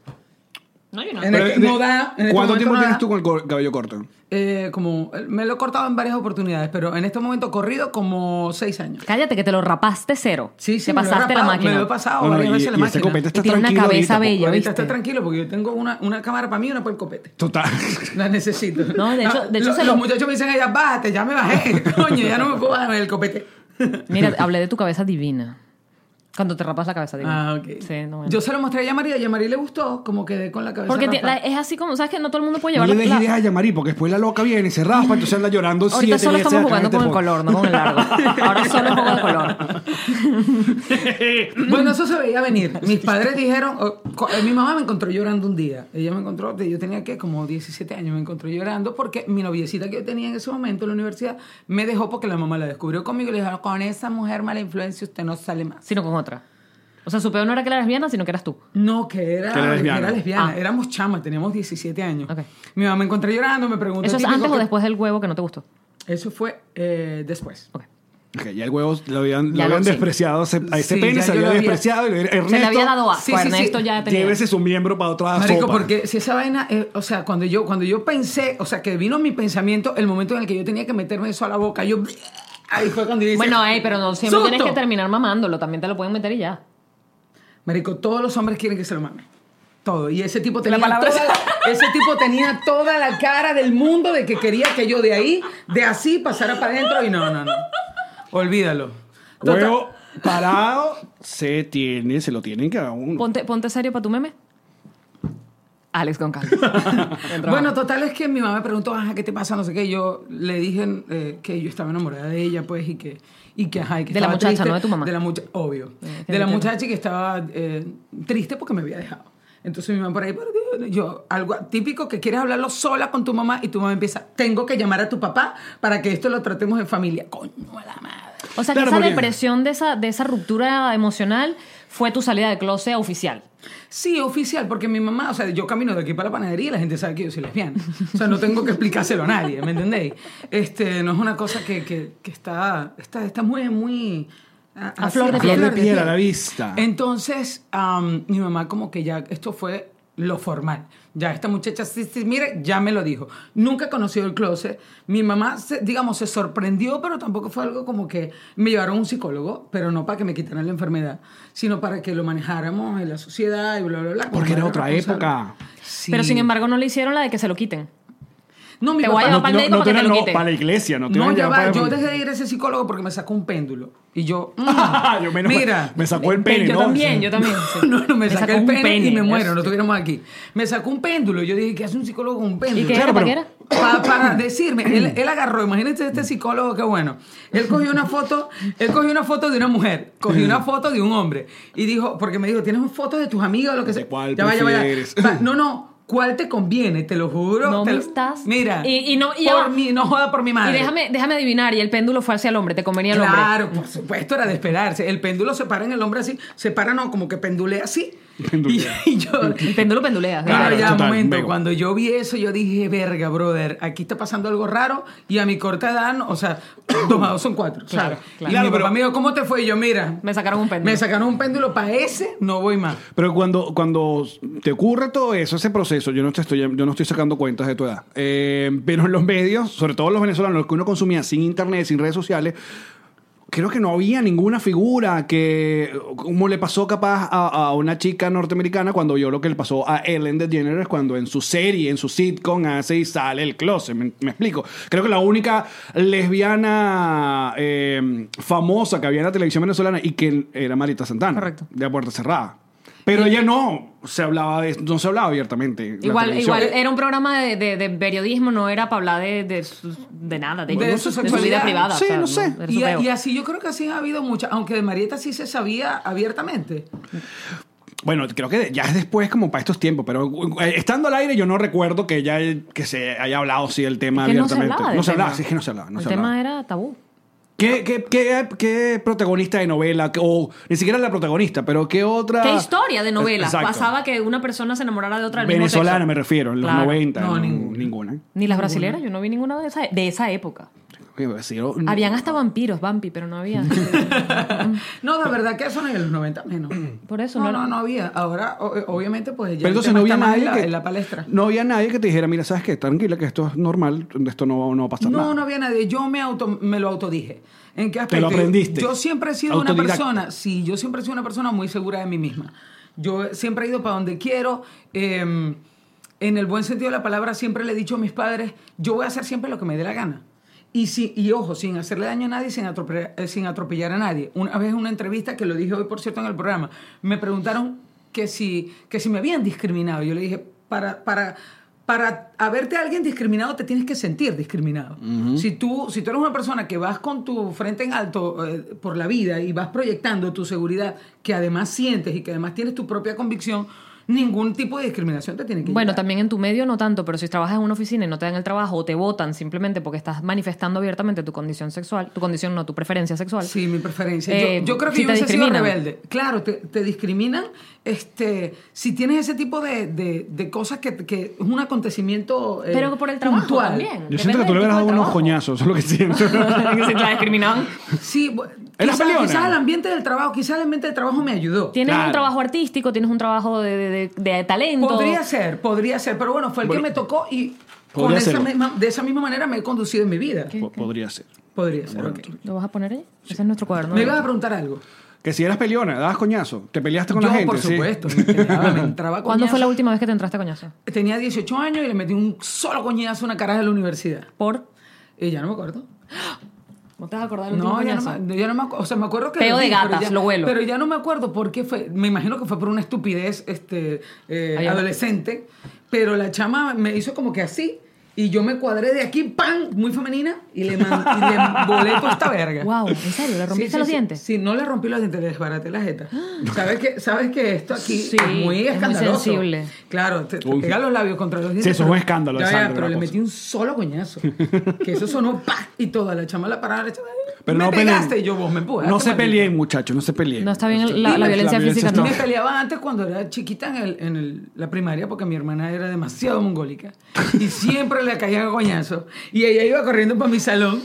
S3: No, yo no.
S4: En este- no da, en este
S1: ¿Cuánto
S4: momento
S1: tiempo
S4: no
S1: tienes
S4: da.
S1: tú con el cor- cabello corto?
S4: Eh, como, eh, me lo he cortado en varias oportunidades, pero en este momento corrido como seis años.
S3: Cállate que te lo rapaste cero.
S4: Sí, sí,
S3: Te
S4: me lo he
S3: pasaste la
S4: rapado,
S3: máquina.
S4: Me lo he
S1: No,
S4: pasado
S1: no,
S4: varias
S1: y-
S4: veces la
S1: y ese
S4: máquina.
S1: copete está
S3: Y tiene una
S1: tranquilo
S3: cabeza
S1: ahorita,
S3: bella.
S1: po-
S3: ya
S4: Ahorita
S3: viste.
S4: está tranquilo porque yo tengo una, una cámara para mí y una para el copete.
S1: Total. (laughs)
S4: La necesito.
S3: No, de hecho- de hecho
S4: lo-
S3: se lo-
S4: los muchachos me dicen, ya bájate, ya me bajé. (laughs) Coño, ya no me puedo bajar el
S3: (laughs)
S4: copete.
S3: Mira, hablé de tu cabeza divina. Cuando te rapas la cabeza divina.
S4: Ah, ok.
S3: Sí, no, bueno.
S4: Yo se lo mostré a Yamari y a Yamari le gustó, como quedé con la cabeza.
S3: Porque ti-
S4: rapada.
S3: la- es así como, ¿sabes que no todo el mundo puede
S1: No
S3: llevar
S1: le des
S3: la- la-
S1: ideas a Yamari porque después la loca viene y se raspa, entonces anda llorando
S3: Ahorita
S1: siete
S3: solo
S1: veces
S3: estamos
S1: acá en
S3: jugando
S1: este
S3: con el
S1: podcast.
S3: color, no con el largo.
S4: (laughs)
S3: Ahora solo juego de color.
S4: Bueno, eso se veía
S3: (laughs)
S4: venir. Mis padres dijeron, oh, co- eh, mi mamá me encontró llorando un día. Ella me encontró, yo tenía que como 17 años, me encontró llorando porque mi noviecita que yo tenía en ese momento en la universidad me dejó porque la mamá la descubrió conmigo y le dijeron, con esa mujer mala influencia usted no sale más.
S3: Sino con otra. O sea, su peor no era que la lesbiana, sino que eras tú.
S4: No, que era,
S1: Que era
S4: que
S1: lesbiana.
S4: era lesbiana.
S3: Ah.
S4: Éramos chamas, teníamos 17 años.
S3: Ok.
S4: Mi mamá me encontró llorando, me preguntó.
S3: ¿Eso es
S4: típico
S3: antes o
S4: que-
S3: después del huevo que no te gustó?
S4: Eso fue eh, después.
S3: Ok.
S1: Ok, ya el huevo lo habían, lo
S3: Ya lo-
S1: habían
S3: sí.
S1: despreciado, se- a ese
S4: Sí,
S1: pene
S4: ya
S1: se
S4: yo
S1: había
S4: lo había-
S1: despreciado y le- Ernesto,
S3: Se le había dado asco.
S4: Sí, sí, sí.
S3: Ernesto ya tenía.
S1: llévese su miembro para otra
S4: Marico,
S1: Ah, sopa.
S4: porque si esa vaina, eh, o sea, cuando yo, cuando yo pensé, o sea, que vino mi pensamiento, el momento en el que yo tenía que meterme eso a la boca, yo. Ahí fue cuando yo dije.
S3: Bueno, ey, pero no siempre
S4: "Susto".
S3: tienes que terminar mamándolo. También te lo pueden meter y ya.
S4: Marico, todos los hombres quieren que se lo mamen. Todo. Y ese tipo tenía
S3: palabra
S4: toda, ese tipo tenía toda la cara del mundo de que quería que yo de ahí, de así, pasara para adentro. Y no, no, no. Olvídalo. Total-
S1: Huevo parado se tiene, se lo tienen que a uno.
S3: Ponte, ponte serio para tu meme. Alex
S4: (laughs)
S3: Goncalves. Buen trabajo.
S4: Bueno, total es que mi mamá me preguntó, ajá, ¿qué te pasa? No sé qué. Yo le dije eh, que yo estaba enamorada de ella, pues, y que, y que ajá, y que
S3: De la
S4: estaba
S3: muchacha,
S4: triste.
S3: no de tu mamá. Eh,
S4: De la mucha- obvio.
S3: que
S4: de la
S3: entiendo.
S4: muchacha y que estaba eh, triste porque me había dejado. Entonces mi mamá por ahí, pero Dios, yo, algo típico que quieres hablarlo sola con tu mamá y tu mamá empieza, tengo que llamar a tu papá para que esto lo tratemos en familia. Coño, de la madre.
S3: o
S1: Claro,
S3: sea, que esa
S1: porque-
S3: depresión de esa, de esa ruptura emocional fue tu salida de closet oficial.
S4: Sí, oficial, porque mi mamá, o sea, yo camino de aquí para la panadería y la gente sabe que yo soy lesbiana. O sea, no tengo que explicárselo a nadie, ¿me entendéis? Este, no es una cosa que, que, que está, está, está muy, muy... A,
S3: A flor de
S4: así,
S3: piel.
S1: Flor de piel a la vista.
S4: Entonces, am, mi mamá como que ya, esto fue lo formal. Ya esta muchacha, sí, sí, mire, ya me lo dijo. Nunca conoció el closet. Mi mamá, se- digamos, se sorprendió, pero tampoco fue algo como que me llevaron a un psicólogo, pero no para que me quitaran la enfermedad, sino para que lo manejáramos en la sociedad y bla, bla, bla. como
S1: Porque era
S4: madre
S1: otra
S4: responsable.
S1: época.
S4: Sí.
S3: Pero sin embargo no le hicieron la de que se lo quiten.
S4: no, mi
S3: te
S4: papá-
S1: Ah,
S3: voy a llevar
S4: no,
S3: pa'l médico para que
S1: te-
S3: te lo quite.
S1: para la iglesia, no te
S4: no,
S1: van a
S4: ya
S1: llevar
S4: va,
S1: para- (laughs)
S4: yo dejé de ir a ese psicólogo porque me sacó un péndulo. Y yo, mm,
S1: Ah, yo menos
S4: mira,
S1: me sacó el pene,
S3: yo
S1: ¿no?
S3: también,
S1: (laughs)
S3: yo también. sí.
S4: (laughs) No, no, me,
S3: Me
S4: saqué
S3: sacó
S4: el
S3: un
S4: pene,
S3: pene,
S4: y me
S3: ya
S4: muero,
S3: sé.
S4: no estuviéramos aquí. Me sacó un péndulo. Yo dije, ¿qué hace un psicólogo con un péndulo?
S3: ¿Y qué
S1: Claro,
S3: era? ¿Para
S1: pero-
S3: qué era? (laughs)
S4: Pa- para decirme, él, él agarró, imagínate este psicólogo, qué bueno. Él cogió una foto, él cogió una foto de una mujer, cogió una foto de un hombre y dijo, porque me dijo, ¿tienes fotos de tus amigos o lo que
S1: ¿De
S4: sea?
S1: cuál
S4: va, va, va.
S1: prefieres?
S4: Va, No, no. ¿Cuál te conviene? Te lo juro.
S3: No
S4: te
S3: me
S4: lo-
S3: estás-
S4: Mira.
S3: Y- y no- y ya va.
S4: por mi, no joda por mi
S3: Y
S4: madre.
S3: déjame, déjame adivinar, y el péndulo fue hacia el hombre, te convenía el hombre.
S4: Claro, por supuesto, era de esperarse. El péndulo se para en el hombre así, se para, no, como que pendulea así.
S1: Pendulea.
S4: Y, (laughs) y yo.
S3: El péndulo pendulea.
S4: Claro,
S1: Claro,
S4: ya,
S1: total,
S4: un momento.
S1: vengo.
S4: Cuando yo vi eso, yo dije, verga, brother, aquí está pasando algo raro y a mi corta edad, no- o sea, (clears throat) dos más dos son cuatro,
S3: Claro,
S4: ¿sabes?
S3: claro.
S4: Y
S1: Claro,
S4: mi papá
S1: pero-
S4: me dijo, ¿cómo te fue? Y yo, mira,
S3: Me sacaron un péndulo.
S4: me sacaron un péndulo para ese, no voy más.
S1: Pero cuando, cuando te ocurre todo eso, ese proceso, yo no, te estoy, yo no estoy sacando cuentas de tu edad, eh, pero en los medios, sobre todo los venezolanos, los que uno consumía sin internet, sin redes sociales, creo que no había ninguna figura que, como le pasó capaz a, a una chica norteamericana cuando vio lo que le pasó a Ellen DeGeneres cuando en su serie, en su sitcom, hace y sale el closet. Me, me explico. Creo que la única lesbiana eh, famosa que había en la televisión venezolana y que era Marita Santana.
S3: Correcto.
S1: De a puerta cerrada. Pero ella no se hablaba de, no se hablaba abiertamente. en la
S3: Igual,
S1: televisión.
S3: igual, era un programa de, de- de periodismo, no era para hablar de, de, sus- de nada, de,
S4: De
S3: de
S4: su
S3: su vida
S4: sexualidad.
S3: privada.
S1: Sí,
S3: o sea,
S1: no sé.
S3: era su
S4: Y, a-
S3: peo.
S4: y así yo creo que así ha habido muchas, aunque de Marieta sí se sabía abiertamente.
S1: Bueno, creo que ya es después como para estos tiempos, pero eh, estando al aire yo no recuerdo que ya que se haya hablado sí el tema
S3: Es que no se
S1: abiertamente.
S3: hablaba del
S1: no se hablaba,
S3: tema.
S1: sí es que no se hablaba, no
S3: el
S1: se
S3: tema
S1: hablaba.
S3: era tabú.
S1: ¿Qué, qué, qué, qué protagonista de novela que- o ni siquiera la protagonista, pero qué otra
S3: ¿Qué historia de novela?
S1: Exacto.
S3: Pasaba que una persona se enamorara de otra al mismo
S1: venezolana
S3: sexo.
S1: me refiero, en los
S3: Claro.
S1: 90,
S4: No,
S1: no,
S4: ninguna.
S1: ninguna.
S3: Ni las brasileras, yo no vi ninguna de esa, de esa época.
S1: Sí, no-
S3: Habían hasta vampiros, vampi, pero no
S4: (laughs)
S3: había. Ah.
S4: No, de verdad que eso en los 90 menos.
S3: Por eso
S4: No,
S3: no,
S4: no, no había. Ahora, o- obviamente, pues ya
S1: Pero
S4: el
S1: entonces no
S4: tema
S1: había
S4: está más en
S1: nadie
S4: la-
S1: que,
S4: en la palestra.
S1: No había nadie que te dijera, mira, sabes qué, tranquila que esto es normal, de esto no, va- no va a pasar
S4: No,
S1: nada.
S4: no había nadie. Yo me, auto, me lo autodije. ¿En qué aspecto?
S1: lo aprendiste.
S4: Yo siempre he sido una
S1: Autodidacta.
S4: persona, sí, yo siempre he sido una persona muy segura de mí misma. Yo siempre he ido para donde quiero. eh, en el buen sentido de la palabra, siempre le he dicho a mis padres, yo voy a hacer siempre lo que me dé la gana. Y, si, y ojo, sin hacerle daño a nadie, sin atropellar, sin atropellar a nadie. Una vez en una entrevista, que lo dije hoy, por cierto, en el programa, me preguntaron que si, que si me habían discriminado. Yo le dije, para, para, para haberte a alguien discriminado, te tienes que sentir discriminado. si, tú, si tú eres una persona que vas con tu frente en alto eh, por la vida y vas proyectando tu seguridad, que además sientes y que además tienes tu propia convicción, ningún tipo de discriminación te tiene que
S3: Bueno,
S4: llegar.
S3: también en tu medio no tanto, pero si trabajas en una oficina y no te dan el trabajo o te votan simplemente porque estás manifestando abiertamente tu condición sexual, tu condición no, tu preferencia sexual.
S4: Sí, mi preferencia.
S3: Eh,
S4: yo, yo creo que
S3: si
S4: yo
S3: te
S4: hubiese sido
S3: discriminan.
S4: rebelde. Claro, te, te discriminan. Este, si tienes ese tipo de, de- de cosas que, que es un acontecimiento. eh,
S3: Pero por el trabajo
S4: puntual.
S3: también.
S1: Yo siento
S3: Depende
S1: que tú le
S3: del tipo de
S1: hubieras dado unos
S3: trabajo.
S1: coñazos, es lo que siento.
S3: (laughs) (laughs) Que si te la discriminaban.
S4: Sí, bu-
S1: Era
S4: quizás,
S1: peleona.
S4: quizás el ambiente del trabajo, quizás el ambiente del trabajo me ayudó.
S3: Tienes
S1: Claro.
S3: un trabajo artístico, tienes un trabajo de, de- de- de talento.
S4: Podría ser, podría ser, pero bueno, fue el que me tocó y con
S1: Podría
S4: esa
S1: serlo.
S4: misma- de esa misma manera me he conducido en mi vida.
S1: Po- Podría ser.
S4: Podría ser. ok.
S3: ¿Lo vas a poner ahí? Ese es nuestro cuaderno.
S4: Me ibas a preguntar algo.
S1: Que si eras peleona, dabas coñazo, te peleaste con
S4: yo,
S1: la gente.
S4: por
S1: sí.
S4: supuesto, me, peleaba, me
S3: (laughs)
S4: entraba
S3: ¿Cuándo fue la
S4: coñazo.
S3: última vez que te entraste coñazo?
S4: Tenía 18 años y le metí un solo coñazo a una caraja de la universidad.
S3: ¿Por?
S4: Y ya no me acuerdo.
S3: ¿No te vas a acordar del último
S4: No, ya no,
S3: coñazo?
S4: me- ya no me acuerdo. O sea, me acuerdo que.
S3: Peo
S4: lo
S3: de
S4: vi, pero
S3: gatas,
S4: ya-
S3: lo huelo.
S4: Pero ya no me acuerdo por qué fue. Me imagino que fue por una estupidez este, eh,
S3: Ay, ya.
S4: adolescente. pero la chama me hizo como que así. Y yo me cuadré de aquí, ¡pam! Muy femenina. Y le, man- y le volé toda esta verga.
S3: Wow, ¿en serio? ¿Le rompiste
S4: Sí, sí,
S3: los
S4: sí.
S3: dientes?
S4: Sí, no le rompí los dientes, le desbaraté
S3: (gasps)
S4: la jeta. ¿Sabes que, sabes que esto aquí
S3: Sí,
S4: es muy
S3: es muy
S4: escandaloso?
S3: sensible.
S4: Claro, te, te
S1: Uy.
S4: pega los labios contra los dientes.
S1: eso es
S4: pero-
S1: un escándalo,
S4: Ya,
S1: es
S4: ya,
S1: sangre,
S4: pero
S1: una
S4: le
S1: cosa.
S4: metí un solo coñazo. que eso sonó ¡pah! y toda la chama la parada. La chama,
S1: Pero
S4: me
S1: no
S4: pegaste
S1: peleen.
S4: y yo vos me empujaste.
S1: No se
S4: maldita.
S1: peleen, muchachos, no se peleen.
S3: No está bien el- la- la
S1: Dime,
S3: violencia física,
S1: está-
S4: Me peleaba antes cuando era chiquita en, el- en el- la primaria porque mi hermana era demasiado mongólica y siempre le caían a coñazo. Y ella iba corriendo para mi salón.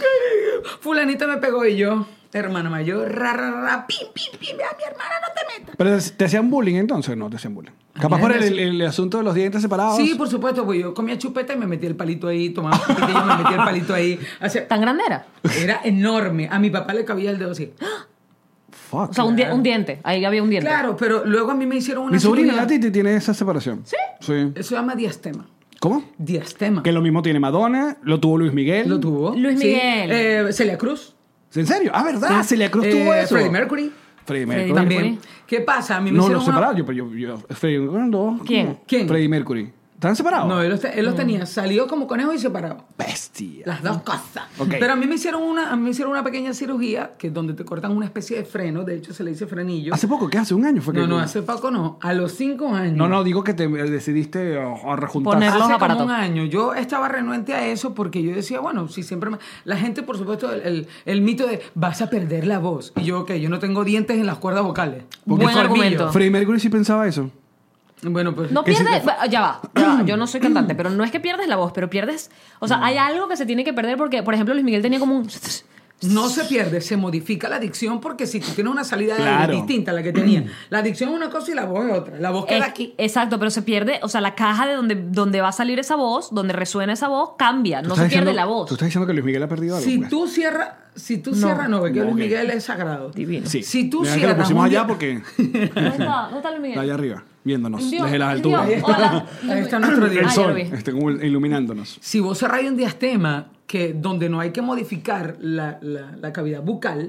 S4: Fulanita me pegó y yo, hermana mayor, ra, ra, ra, pim, pim, pim, a mi hermana no te metas.
S1: Pero te hacían bullying entonces, no te hacían bullying. Capaz
S4: mí
S1: por
S4: me
S1: el, el asunto de los dientes separados.
S4: Sí, por supuesto, pues yo comía chupeta y me metía el palito ahí, tomaba chupeta y yo me metía el palito ahí. O sea,
S3: ¿Tan grande era?
S4: era enorme. A mi papá le cabía el dedo así.
S1: Fuck.
S3: O sea, un, di- un diente. Ahí había un diente.
S4: Claro, pero luego a mí me hicieron una
S1: Mi sobrina,
S4: cirugía.
S1: la Titi, tiene esa separación. ¿Sí? Sí.
S4: Eso se llama diastema.
S1: ¿Cómo?
S4: Diastema.
S1: Que lo mismo tiene Madonna, lo tuvo Luis Miguel.
S4: Lo tuvo.
S3: Luis
S4: Sí.
S3: Miguel.
S4: Eh, Celia Cruz.
S1: ¿En serio? Ah, ¿verdad? Celia Cruz
S4: Eh,
S1: tuvo eso.
S4: Freddie Mercury.
S1: Freddie
S3: Freddie
S1: Mercury.
S3: Mercury.
S4: También. ¿Qué pasa? A mí me
S1: No,
S4: hicieron
S1: los
S4: una-
S1: separados. Yo, pero yo, yo, Freddie Mercury, no.
S3: ¿Quién?
S1: ¿Cómo?
S4: ¿Quién?
S1: Freddie Mercury. ¿Están separados?
S4: No, él los, te- él
S1: Mm.
S4: los tenía salido como conejo y separado.
S1: Bestia.
S4: Las dos cosas.
S1: Mm. Ok.
S4: Pero a mí me hicieron una, a mí me hicieron una pequeña cirugía que donde te cortan una especie de freno. De hecho, se le dice frenillo.
S1: ¿Hace poco? ¿Qué? ¿Hace un año fue que.?
S4: no, no, hace poco no. A los cinco años.
S1: No, no, digo que te eh, decidiste a, a rejuntar. Ah,
S3: Poner-
S4: Hace
S3: los
S4: como
S3: aparatos.
S4: un año. Yo estaba renuente a eso porque yo decía, bueno, si siempre me- La gente, por supuesto, el, el- el mito de vas a perder la voz. Y yo, ok, yo no tengo dientes en las cuerdas vocales.
S3: Buen
S4: Colmillo.
S3: argumento.
S1: Freddie Mercury sí pensaba eso.
S4: Bueno, pues...
S3: No
S1: Que si
S3: pierdes,
S1: te-
S3: va- ya va, ya va, yo
S4: (clears throat)
S3: no soy cantante, pero no es que pierdes la voz, pero pierdes, o sea, hay algo que se tiene que perder porque, por ejemplo, Luis Miguel tenía como un...
S4: No se pierde, se modifica la dicción porque si tú tienes una salida de aire
S1: Claro. Mm.
S4: distinta a la que tenía, la dicción es una cosa y la voz es otra. La voz queda
S3: Es-
S4: aquí.
S3: exacto, pero se pierde, o sea, la caja de donde, donde va a salir esa voz, donde resuena esa voz, cambia,
S1: Tú
S3: no
S1: estás
S3: se pierde
S1: diciendo-
S3: la
S1: Tú
S3: voz.
S1: estás diciendo que Luis Miguel ha perdido algo.
S4: Si
S1: pues.
S4: tú cierras, si tú cierras, no, porque
S1: No,
S4: Luis
S1: ok.
S4: Miguel es sagrado.
S3: Divino.
S1: Sí.
S4: Si tú
S1: Mira que
S4: cierras
S1: Lo pusimos
S4: un
S1: allá
S4: día-
S1: porque.
S3: ¿Dónde está? ¿Dónde está Luis Miguel?
S1: Allá arriba, viéndonos
S3: Dios,
S1: desde las
S3: Dios,
S1: alturas.
S4: Ahí
S3: Hola.
S4: está, ahí está nuestro
S3: Ah,
S4: día.
S3: ya
S1: El
S3: lo
S1: sol,
S3: vi.
S1: este, como il- iluminándonos.
S4: Si vos cerráis un diastema que donde no hay que modificar la, la- la cavidad bucal,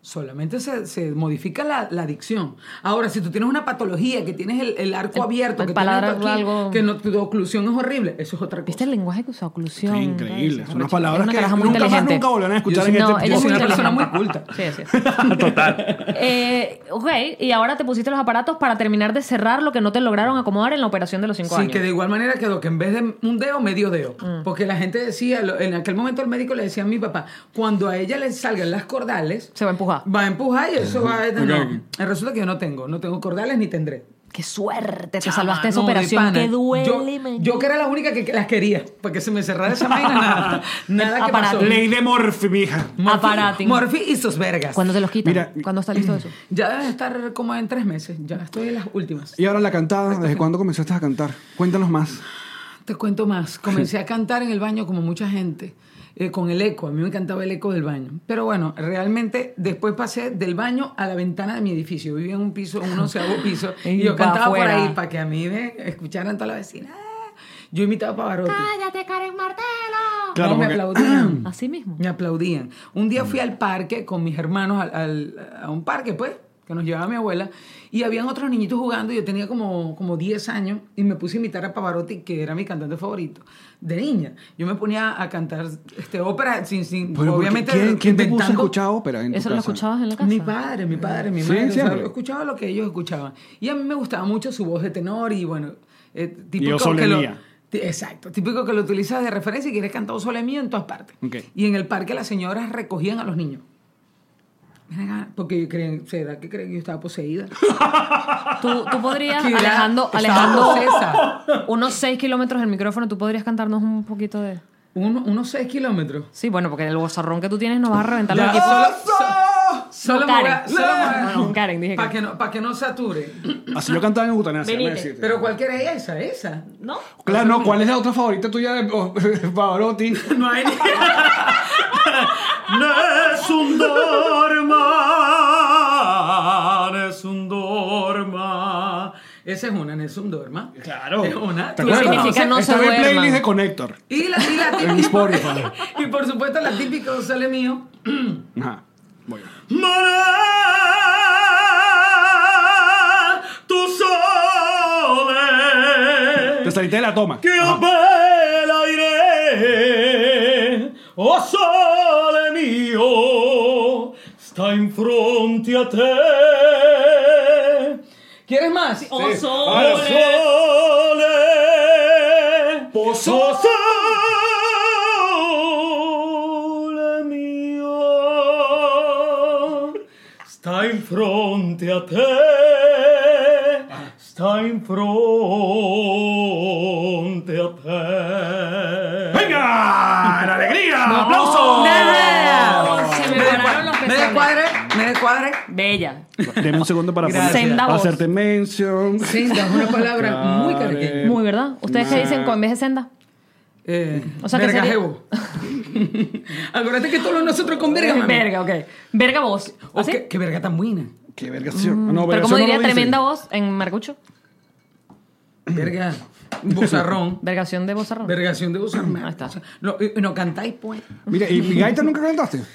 S4: solamente se, se modifica la, la dicción. Ahora, si tú tienes una patología, que tienes el, el arco
S3: El-
S4: abierto,
S3: el
S4: que, tienes
S3: paladar
S4: esto
S3: algo-
S4: que no, tu oclusión es horrible, eso es otra cosa.
S3: ¿Viste el lenguaje que usa? Oclusión.
S1: Sí, increíble.
S3: Ay,
S1: Son unas
S3: es
S1: palabras
S3: una
S1: que
S3: caraja muy
S1: nunca más
S3: inteligente.
S1: nunca volverán a escuchar
S4: Yo
S1: en
S4: soy-
S1: este
S3: No, ella es
S4: soy
S3: muy
S4: una persona muy
S3: inteligente.
S4: culta.
S3: Sí,
S1: (laughs)
S3: sí.
S4: (laughs)
S3: Total. ok, y ahora te pusiste los aparatos para terminar de cerrar lo que no te lograron acomodar en la operación de los cinco
S4: Sí,
S3: años. Mm.
S4: que de igual manera quedó que en vez de un dedo, medio dedo. Porque la gente decía, lo- en aquel momento el médico le decía a mi papá, cuando a ella le salgan las cordales,
S3: Se va a empujar.
S4: va a empujar y eso va a...
S1: Ok.
S4: no. Resulta que yo no tengo, no tengo cordales ni tendré.
S3: Qué suerte, te
S4: Chama,
S3: salvaste esa
S4: no, de
S3: operación.
S4: pana.
S3: Qué duele,
S4: Yo-
S3: man.
S4: Yo, que era la única que las quería, porque se me cerrara esa
S3: (laughs)
S4: vaina, nada, nada que
S3: Aparato.
S4: pasó.
S1: Ley de Morphy, mija.
S4: Morphy-
S3: Aparating.
S4: Morphy y sus vergas.
S3: ¿Cuándo te los quitan?
S1: Mira,
S3: ¿Cuándo está listo
S1: (clears throat)
S3: eso?
S4: Ya deben estar como en tres meses, ya estoy en las últimas.
S1: Y ahora la cantada, ¿desde cuándo comenzaste a cantar? Cuéntanos más.
S4: Te cuento más. Comencé a cantar en el baño como mucha gente, eh, con el eco. A mí me encantaba el eco del baño. Pero bueno, realmente después pasé del baño a la ventana de mi edificio. Vivía en un piso, un onceavo piso, y
S3: Y
S4: yo
S3: pa'
S4: cantaba por
S3: afuera.
S4: ahí para que a mí me escucharan toda la vecina. Ah, Yo imitaba a Pavarotti.
S1: Claro,
S4: no, me
S1: porque- (clears throat)
S4: aplaudían.
S3: Así mismo.
S4: Me aplaudían. Un día
S1: Mm.
S4: fui al parque con mis hermanos, al, al- a un parque, pues, que nos llevaba mi abuela, y habían otros niñitos jugando. Yo tenía como, como 10 años y me puse a imitar a Pavarotti, que era mi cantante favorito, de niña. Yo me ponía a cantar este, ópera sin. sin
S1: Pero, ¿por qué?
S4: obviamente.
S1: Pues, ¿Quién, quién te puso a
S4: inventando-
S1: escuchar ópera en tu
S3: ¿Eso lo
S1: casa?
S3: escuchabas en la casa?
S4: mi padre, mi padre, mi
S1: Sí,
S4: madre. o sea,
S1: siempre.
S4: yo escuchaba lo que ellos escuchaban. Y a mí me gustaba mucho su voz de tenor y bueno, eh, típico
S1: Yo
S4: que lo-
S1: Solemía.
S4: ti- Exacto, típico que lo utilizas de referencia y quieres cantar Sole Mío en todas partes.
S1: Ok.
S4: Y en el parque las señoras recogían a los niños. Ven acá, Porque yo creen, ¿será que creen que yo
S1: (laughs)
S4: estaba poseída?
S3: Tú, tú podrías,
S4: Que era-
S3: alejando,
S4: estaba
S3: alejando
S4: obsesa.
S3: (laughs) unos 6 kilómetros del micrófono, tú podrías cantarnos un poquito de...
S4: Uno- unos 6 kilómetros.
S3: Sí, bueno, porque el bozarrón que tú tienes nos va a reventar los
S4: Ya,
S3: equipos.
S4: solo- so- Solo
S3: No,
S4: me voy
S3: Karen.
S4: a- solo me
S3: No,
S4: voy
S3: no,
S4: a-
S3: Karen, dije
S4: Para
S3: Karen.
S4: que no- para que no sature.
S1: Así yo cantaba en eutanasia,
S3: Venite.
S1: déjame decirte.
S4: Pero cualquiera es esa, esa.
S3: ¿No?
S1: Claro, no, ¿cuál es la otra favorita tuya de oh, (laughs) Pavarotti?
S4: No hay ni...
S5: Es un dorma, es un dorma.
S4: Esa es una, Nessun Dorma.
S1: Claro.
S4: Es una.
S1: ¿Te
S4: Tú
S1: acuerdas?
S4: la
S3: significa
S4: conoces.
S3: no se
S1: Está en el
S3: duerman.
S1: playlist de Connector.
S4: Y la, y la
S1: En Spotify.
S4: Y por supuesto la típica sale mío.
S1: Ajá. Voy.
S5: Maná, tu sole.
S1: Te saliste de la toma.
S5: que
S1: Ajá.
S5: bel aire, o sole mio, sta in fronte a te.
S4: ¿Quieres más?
S3: Oh,
S4: Oh,
S5: O
S1: Sí.
S5: sole,
S1: Ah,
S5: sole,
S1: Pozo.
S5: o sole mio, sta in fronte a te, sta in fronte a te.
S1: ¡Venga! (laughs) ¡La alegría! ¡Aplauso!
S3: Nada. Se me
S4: Oh, Me
S3: pararon los
S4: descuadre,
S3: pezones.
S4: me descuadre, me descuadre.
S3: Bella.
S1: Deme un segundo para
S3: Gracias.
S1: poner-
S3: Senda voz.
S1: hacerte mención.
S4: Senda es una palabra muy
S1: Claro.
S4: cariqueña.
S3: Muy, ¿verdad? ¿Ustedes qué dicen con en vez de senda?
S4: Eh,
S3: O sea que sería-
S4: vergajevo. (laughs) Acuérdate que todos nosotros con verga, mami.
S3: Verga, ¿Ah, ok. Verga voz.
S4: O
S3: ¿Así?
S4: qué, qué verga tan buena.
S1: ¡Qué vergación! Ah, No,
S3: Mm, Pero
S1: vergación
S3: como
S1: no
S3: diría
S1: lo dicen.
S3: tremenda voz en Marcucho.
S4: Verga,
S3: (laughs)
S4: bozarrón.
S3: Vergación de bozarrón.
S4: Vergación de bozarrón.
S3: Ahí está.
S4: No, eh, no cantáis, pues.
S1: Mira, ¿y mi gaita nunca cantaste?
S3: (laughs)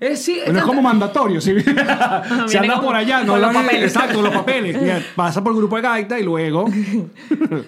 S4: Eh, sí,
S1: Bueno, es
S4: canta-
S1: como mandatorio. (laughs) Si, si andas
S3: como-
S1: por allá, no
S3: con los
S1: hables-
S3: papeles.
S1: Exacto, los papeles. Mira, pasa por el grupo de gaita y
S3: (laughs)
S1: luego.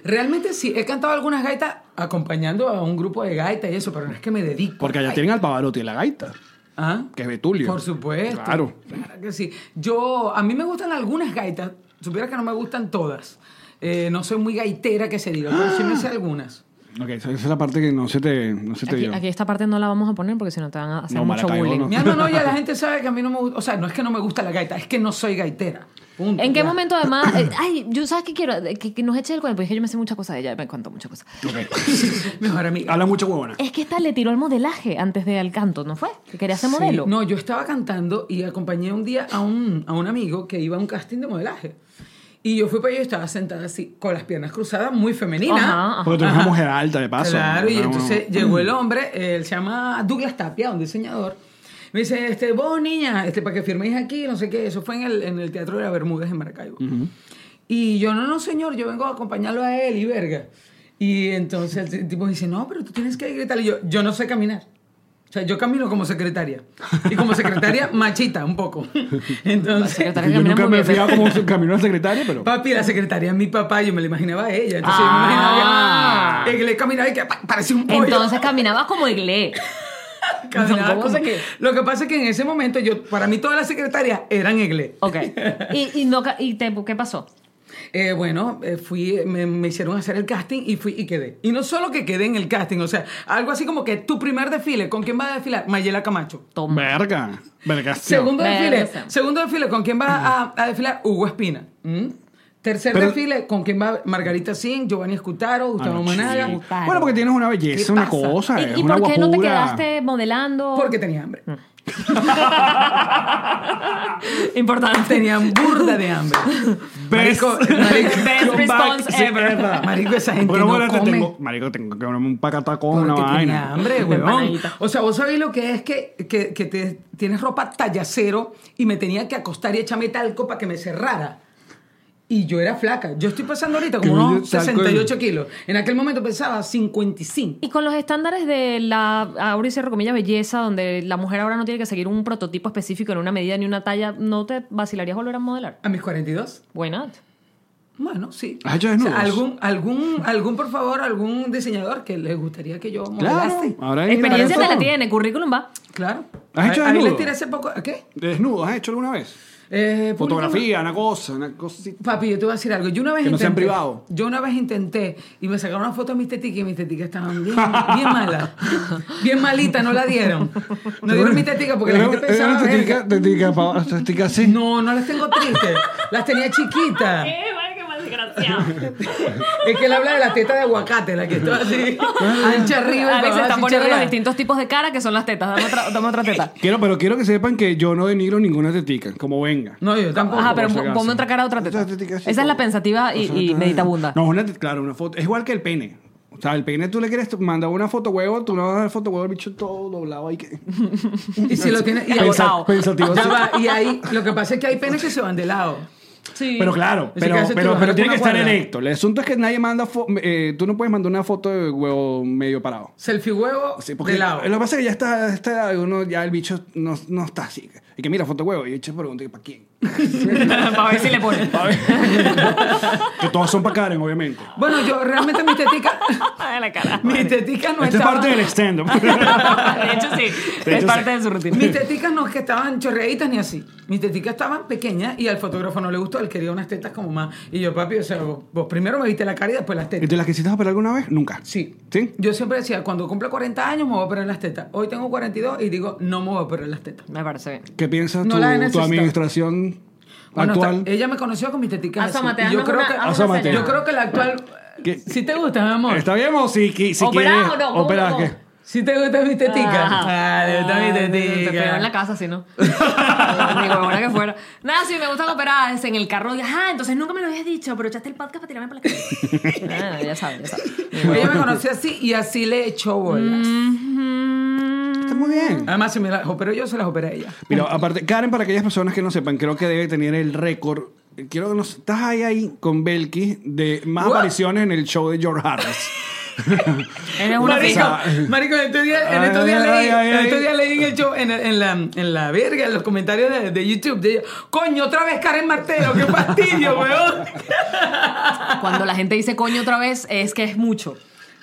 S4: Realmente sí, he cantado algunas gaitas acompañando a un grupo de gaitas y eso, pero no es que me dedico.
S1: Porque allá
S4: Ay,
S1: tienen al Pavarotti y la gaita,
S4: ¿Ah?
S1: que es Betulio.
S4: Por supuesto.
S1: Claro.
S4: Claro que sí. Yo, a mí me gustan algunas gaitas. Supiera que no me gustan todas. Eh, no soy muy gaitera que se diga, pero sí me sé
S1: (gasps)
S4: algunas.
S1: Ok, esa es la parte que no se te, no se te
S3: Aquí,
S1: dio.
S3: aquí esta parte no la vamos a poner porque si no te van a hacer
S1: No,
S3: mucho
S1: Maracaibo,
S3: bullying.
S1: no.
S4: Mi alma no, ya la gente sabe que a mí no me gusta. O sea, no es que no me gusta la gaita, es que no soy gaitera. Punto,
S3: ¿En qué
S4: ya.
S1: (coughs)
S3: momento además? eh, ay, yo sabes que quiero Eh, que, que nos eche el cuento, porque es que yo me sé muchas cosas de ella, me cuento muchas cosas.
S1: Ok.
S4: (laughs) Mejor amiga.
S1: Habla mucho huevona.
S3: Es que esta le tiró el modelaje antes de al canto, ¿no fue? Que quería ser modelo.
S4: No, yo estaba cantando y acompañé un día a un, a un amigo que iba a un casting de modelaje. Y yo fui para allá y estaba sentada así, con las piernas cruzadas, muy femenina.
S3: Ajá, ajá.
S1: Porque tú eres una mujer alta, de paso.
S4: Claro, y
S1: No, no,
S4: entonces
S1: no.
S4: llegó el
S3: Mm.
S4: hombre, eh, él se llama Douglas Tapia, un diseñador. Me dice, este, vos niña, este, para que firméis aquí, no sé qué, eso fue en el, en el Teatro de la Bermúdez en Maracaibo. Y yo, no, no, señor, yo vengo a acompañarlo a él y verga. Y entonces el tipo dice, no, pero tú tienes que gritar. Y yo, yo no sé caminar. O sea, yo camino como secretaria. Y como
S3: (laughs)
S4: secretaria, machita, un poco. (laughs) Entonces,
S3: Secretaria
S1: Yo
S3: camina
S1: nunca
S3: muy
S1: me
S3: bien, pero-
S1: fijaba como
S3: (laughs)
S1: se- caminó la secretaria, pero.
S4: Papi, la secretaria, mi papá, yo me la imaginaba a ella. Entonces, yo
S3: Ah.
S4: me imaginaba que él caminaba y que pa- parecía
S1: Pues,
S4: un pollo.
S3: Entonces caminaba como iglé.
S4: Caminaba
S3: Tampoco
S4: como-
S3: sé qué.
S4: Lo que pasa es que en ese momento, yo, para mí todas las secretarias eran inglés.
S1: (laughs)
S3: Ok. ¿Y, y, no, ca- y te, qué pasó?
S4: Eh, bueno, eh, fui, eh, me, me hicieron hacer el casting y fui y quedé. Y no solo que quedé en el casting, o sea, algo así como que tu primer desfile, ¿con quién vas a desfilar? Mayela Camacho.
S3: Toma.
S1: Verga. Ah, Vergación.
S4: Segundo
S3: Verga,
S4: desfile,
S3: Sam.
S4: segundo desfile, ¿con quién vas a, a desfilar? Hugo Espina. ¿Mm? Tercer
S1: Pero-
S4: desfile, ¿con quién va Margarita Sin, Giovanni Escutaro, Gustavo
S1: Ah, no,
S4: Managa?
S1: sí. Bueno, porque tienes una belleza,
S4: ¿Qué
S1: una
S4: pasa?
S1: cosa. es
S3: ¿Y, y
S1: una
S3: por qué no te
S1: guapura.
S3: quedaste modelando?
S4: Porque tenía hambre.
S1: Mm.
S4: (laughs)
S3: Importante.
S4: Tenía burda de hambre.
S1: (laughs) Best-
S4: Marico, marico,
S3: Best
S4: yo-
S3: response
S1: Sí,
S3: ever.
S1: es verdad.
S4: Marico, esa gente
S1: Bueno,
S4: no
S1: bueno, te
S4: come.
S1: tengo- Marico, tengo que comerme un pacatacón,
S4: Porque
S1: una
S4: tenía
S1: vaina.
S4: hambre, weón.
S3: Empanadita.
S4: O sea, vos sabés lo que es que, que, que te, tienes ropa talla cero y me tenía que acostar y echarme talco para que me cerrara. Y yo era flaca. Yo estoy pesando ahorita como
S1: Que me
S4: unos
S1: dio talco
S4: 68
S1: en-
S4: kilos. En aquel momento pesaba 55.
S3: Y con los estándares de la, ahora y cierro comillas, belleza, donde la mujer ahora no tiene que seguir un prototipo específico en una medida ni una talla, ¿no te vacilarías volver a modelar?
S4: A mis 42.
S3: Why not?
S4: Bueno, sí.
S1: Ah, ya
S4: O sea,
S1: desnudos.
S4: algún, algún, algún, por favor, algún diseñador que le gustaría que yo
S1: Claro. Ah.
S4: modelaste.
S1: Ahora hay
S3: Experiencia te
S4: para
S3: la
S4: eso.
S3: tiene, currículum va.
S4: Claro.
S1: ¿Has
S4: A-
S1: hecho
S4: a mí
S1: desnudo?
S4: les tiré hace poco. ¿Qué?
S1: Desnudo, ¿has hecho alguna vez?
S4: Eh,
S1: Fotografía, una cosa, una cosita.
S4: Papi, yo te voy a decir algo. Yo una vez
S1: Que no
S4: intenté,
S1: sean privado.
S4: Yo una vez intenté y me sacaron una foto de mis teticas y mis teticas
S1: (laughs)
S4: estaban bien, bien malas. Bien malitas, no la dieron. No dieron mis teticas porque la gente
S1: Era- era
S4: pensaba.
S1: una tetica-
S4: "Verga".
S1: tetica pa- tetica así.
S4: No, no las tengo tristes. Las
S3: (laughs)
S4: tenía chiquitas. (laughs) Es que él habla de la teta de aguacate, la que está así,
S1: Ah.
S4: ancha arriba. y para
S3: Alex
S4: abajo,
S3: está
S4: así
S3: poniendo los
S4: charreada.
S3: distintos tipos de cara que son las tetas. Dame otra, dame otra
S1: (laughs)
S3: teta.
S1: Quiero, pero quiero que sepan que yo no denigro ninguna tetica, como venga.
S4: No, yo tampoco.
S3: Ajá, pero
S1: por si
S3: pon-
S1: acaso.
S3: ponme otra cara, otra teta.
S1: Otra tetica así,
S3: Esa es la
S1: como-
S3: pensativa y, y meditabunda.
S1: No, una, tet- claro, una foto. Es igual que el pene. O sea, el pene tú le quieres tú- mandar una foto huevo, tú le vas a dar foto huevo, el bicho todo doblado ahí que.
S4: Y si lo
S1: (laughs)
S4: tienes. Y,
S1: Pensa- pensativo
S4: Ya
S1: así.
S4: va, y ahí, lo que pasa es que hay penes que se van de lado.
S3: Sí.
S1: Pero
S3: (laughs)
S1: claro,
S4: Ese
S1: pero,
S4: que hace
S1: pero,
S4: tú,
S1: pero
S4: bajar
S1: tiene
S4: una
S1: que estar
S4: cuerda.
S1: erecto. El asunto es que nadie manda. fo- eh, tú no puedes mandar una foto de huevo medio parado.
S4: Selfie huevo
S1: Sí, porque
S4: de lado.
S1: lo que pasa es que ya está, está uno, ya el bicho no, no está así. Y que mira, foto huevo. Y el bicho pregunta, ¿para quién?
S3: Para ver si le ponen.
S1: (laughs)
S3: (laughs)
S1: Que todos son para Karen, obviamente.
S4: Bueno, yo realmente mi tetica,
S3: De la cara.
S4: (laughs) mi tetica no
S1: Esta es
S4: estaba-
S1: parte del stand-up.
S3: (laughs)
S4: (laughs)
S1: (laughs)
S3: De hecho, sí.
S1: De
S3: es
S1: hecho,
S3: parte
S1: sí.
S3: de su rutina.
S4: Mis teticas no es que estaban chorreaditas ni así. Mis teticas estaban pequeñas y al fotógrafo no le gustó, él quería unas tetas como más. Y yo, papi, o sea, vos, vos primero me viste la cara y después las
S1: ¿Y
S4: tetas.
S1: te las quisiste operar alguna vez? Nunca.
S4: Sí.
S1: ¿Sí?
S4: Yo siempre decía, cuando cumpla 40 años me voy a operar las tetas. Hoy tengo 42 y digo, no me voy a operar las tetas.
S3: Me parece bien.
S1: ¿Qué piensas
S4: No
S1: tu,
S4: la he
S1: tu
S4: necesitado.
S1: administración
S4: Bueno,
S1: actual?
S4: está- ella me conoció con mis teticas. así.
S3: Asómate,
S4: Y
S3: haznos
S4: yo, creo
S3: una-
S4: que,
S3: haznos
S1: Asómate.
S3: una
S4: yo
S3: señal.
S4: creo que la actual.
S1: ¿Qué?
S4: Si te gusta, mi amor.
S1: ¿Está bien o si, qui- si
S3: ¿Operar
S1: quieres
S3: o no? ¿Cómo
S1: operar
S3: no?
S1: qué?
S4: Si te gustan mis teticas.
S3: Ajá.
S4: Ah, te
S3: Te pegó
S4: gustan mis
S3: en la
S4: teticas.
S3: casa,
S1: (laughs)
S3: si no. Ni huevona que fuera. Nada, si me gustan operadas en el carro. Y, Ajá, entonces nunca me lo habías dicho, pero echaste el podcast para tirarme para
S1: (laughs)
S3: la cara. Ah, ya sabes, ya sabes.
S4: Ella me conoció así y así le echó bolas.
S3: Mm.
S1: Está muy bien.
S4: Además, si me las operó yo, se las operé a ella.
S1: Pero aparte, Karen, para aquellas personas que no sepan, creo que debe tener el récord. Quiero que nos. Estás ahí, ahí con Belkis de más
S4: What?
S1: apariciones en el show de George Harris.
S3: Eres una
S1: Marico.
S3: fija.
S4: Marico, en estos días, en
S1: Ay,
S4: estos días
S1: ay,
S4: leí,
S1: ay,
S4: en estos
S1: ay.
S4: días leí en el show, en, el- en la, en la verga, en los comentarios de, de YouTube, de ella, coño, otra vez Karen Martelo, qué fastidio,
S1: (laughs)
S4: weón.
S3: Cuando la gente dice coño otra vez, es que es mucho.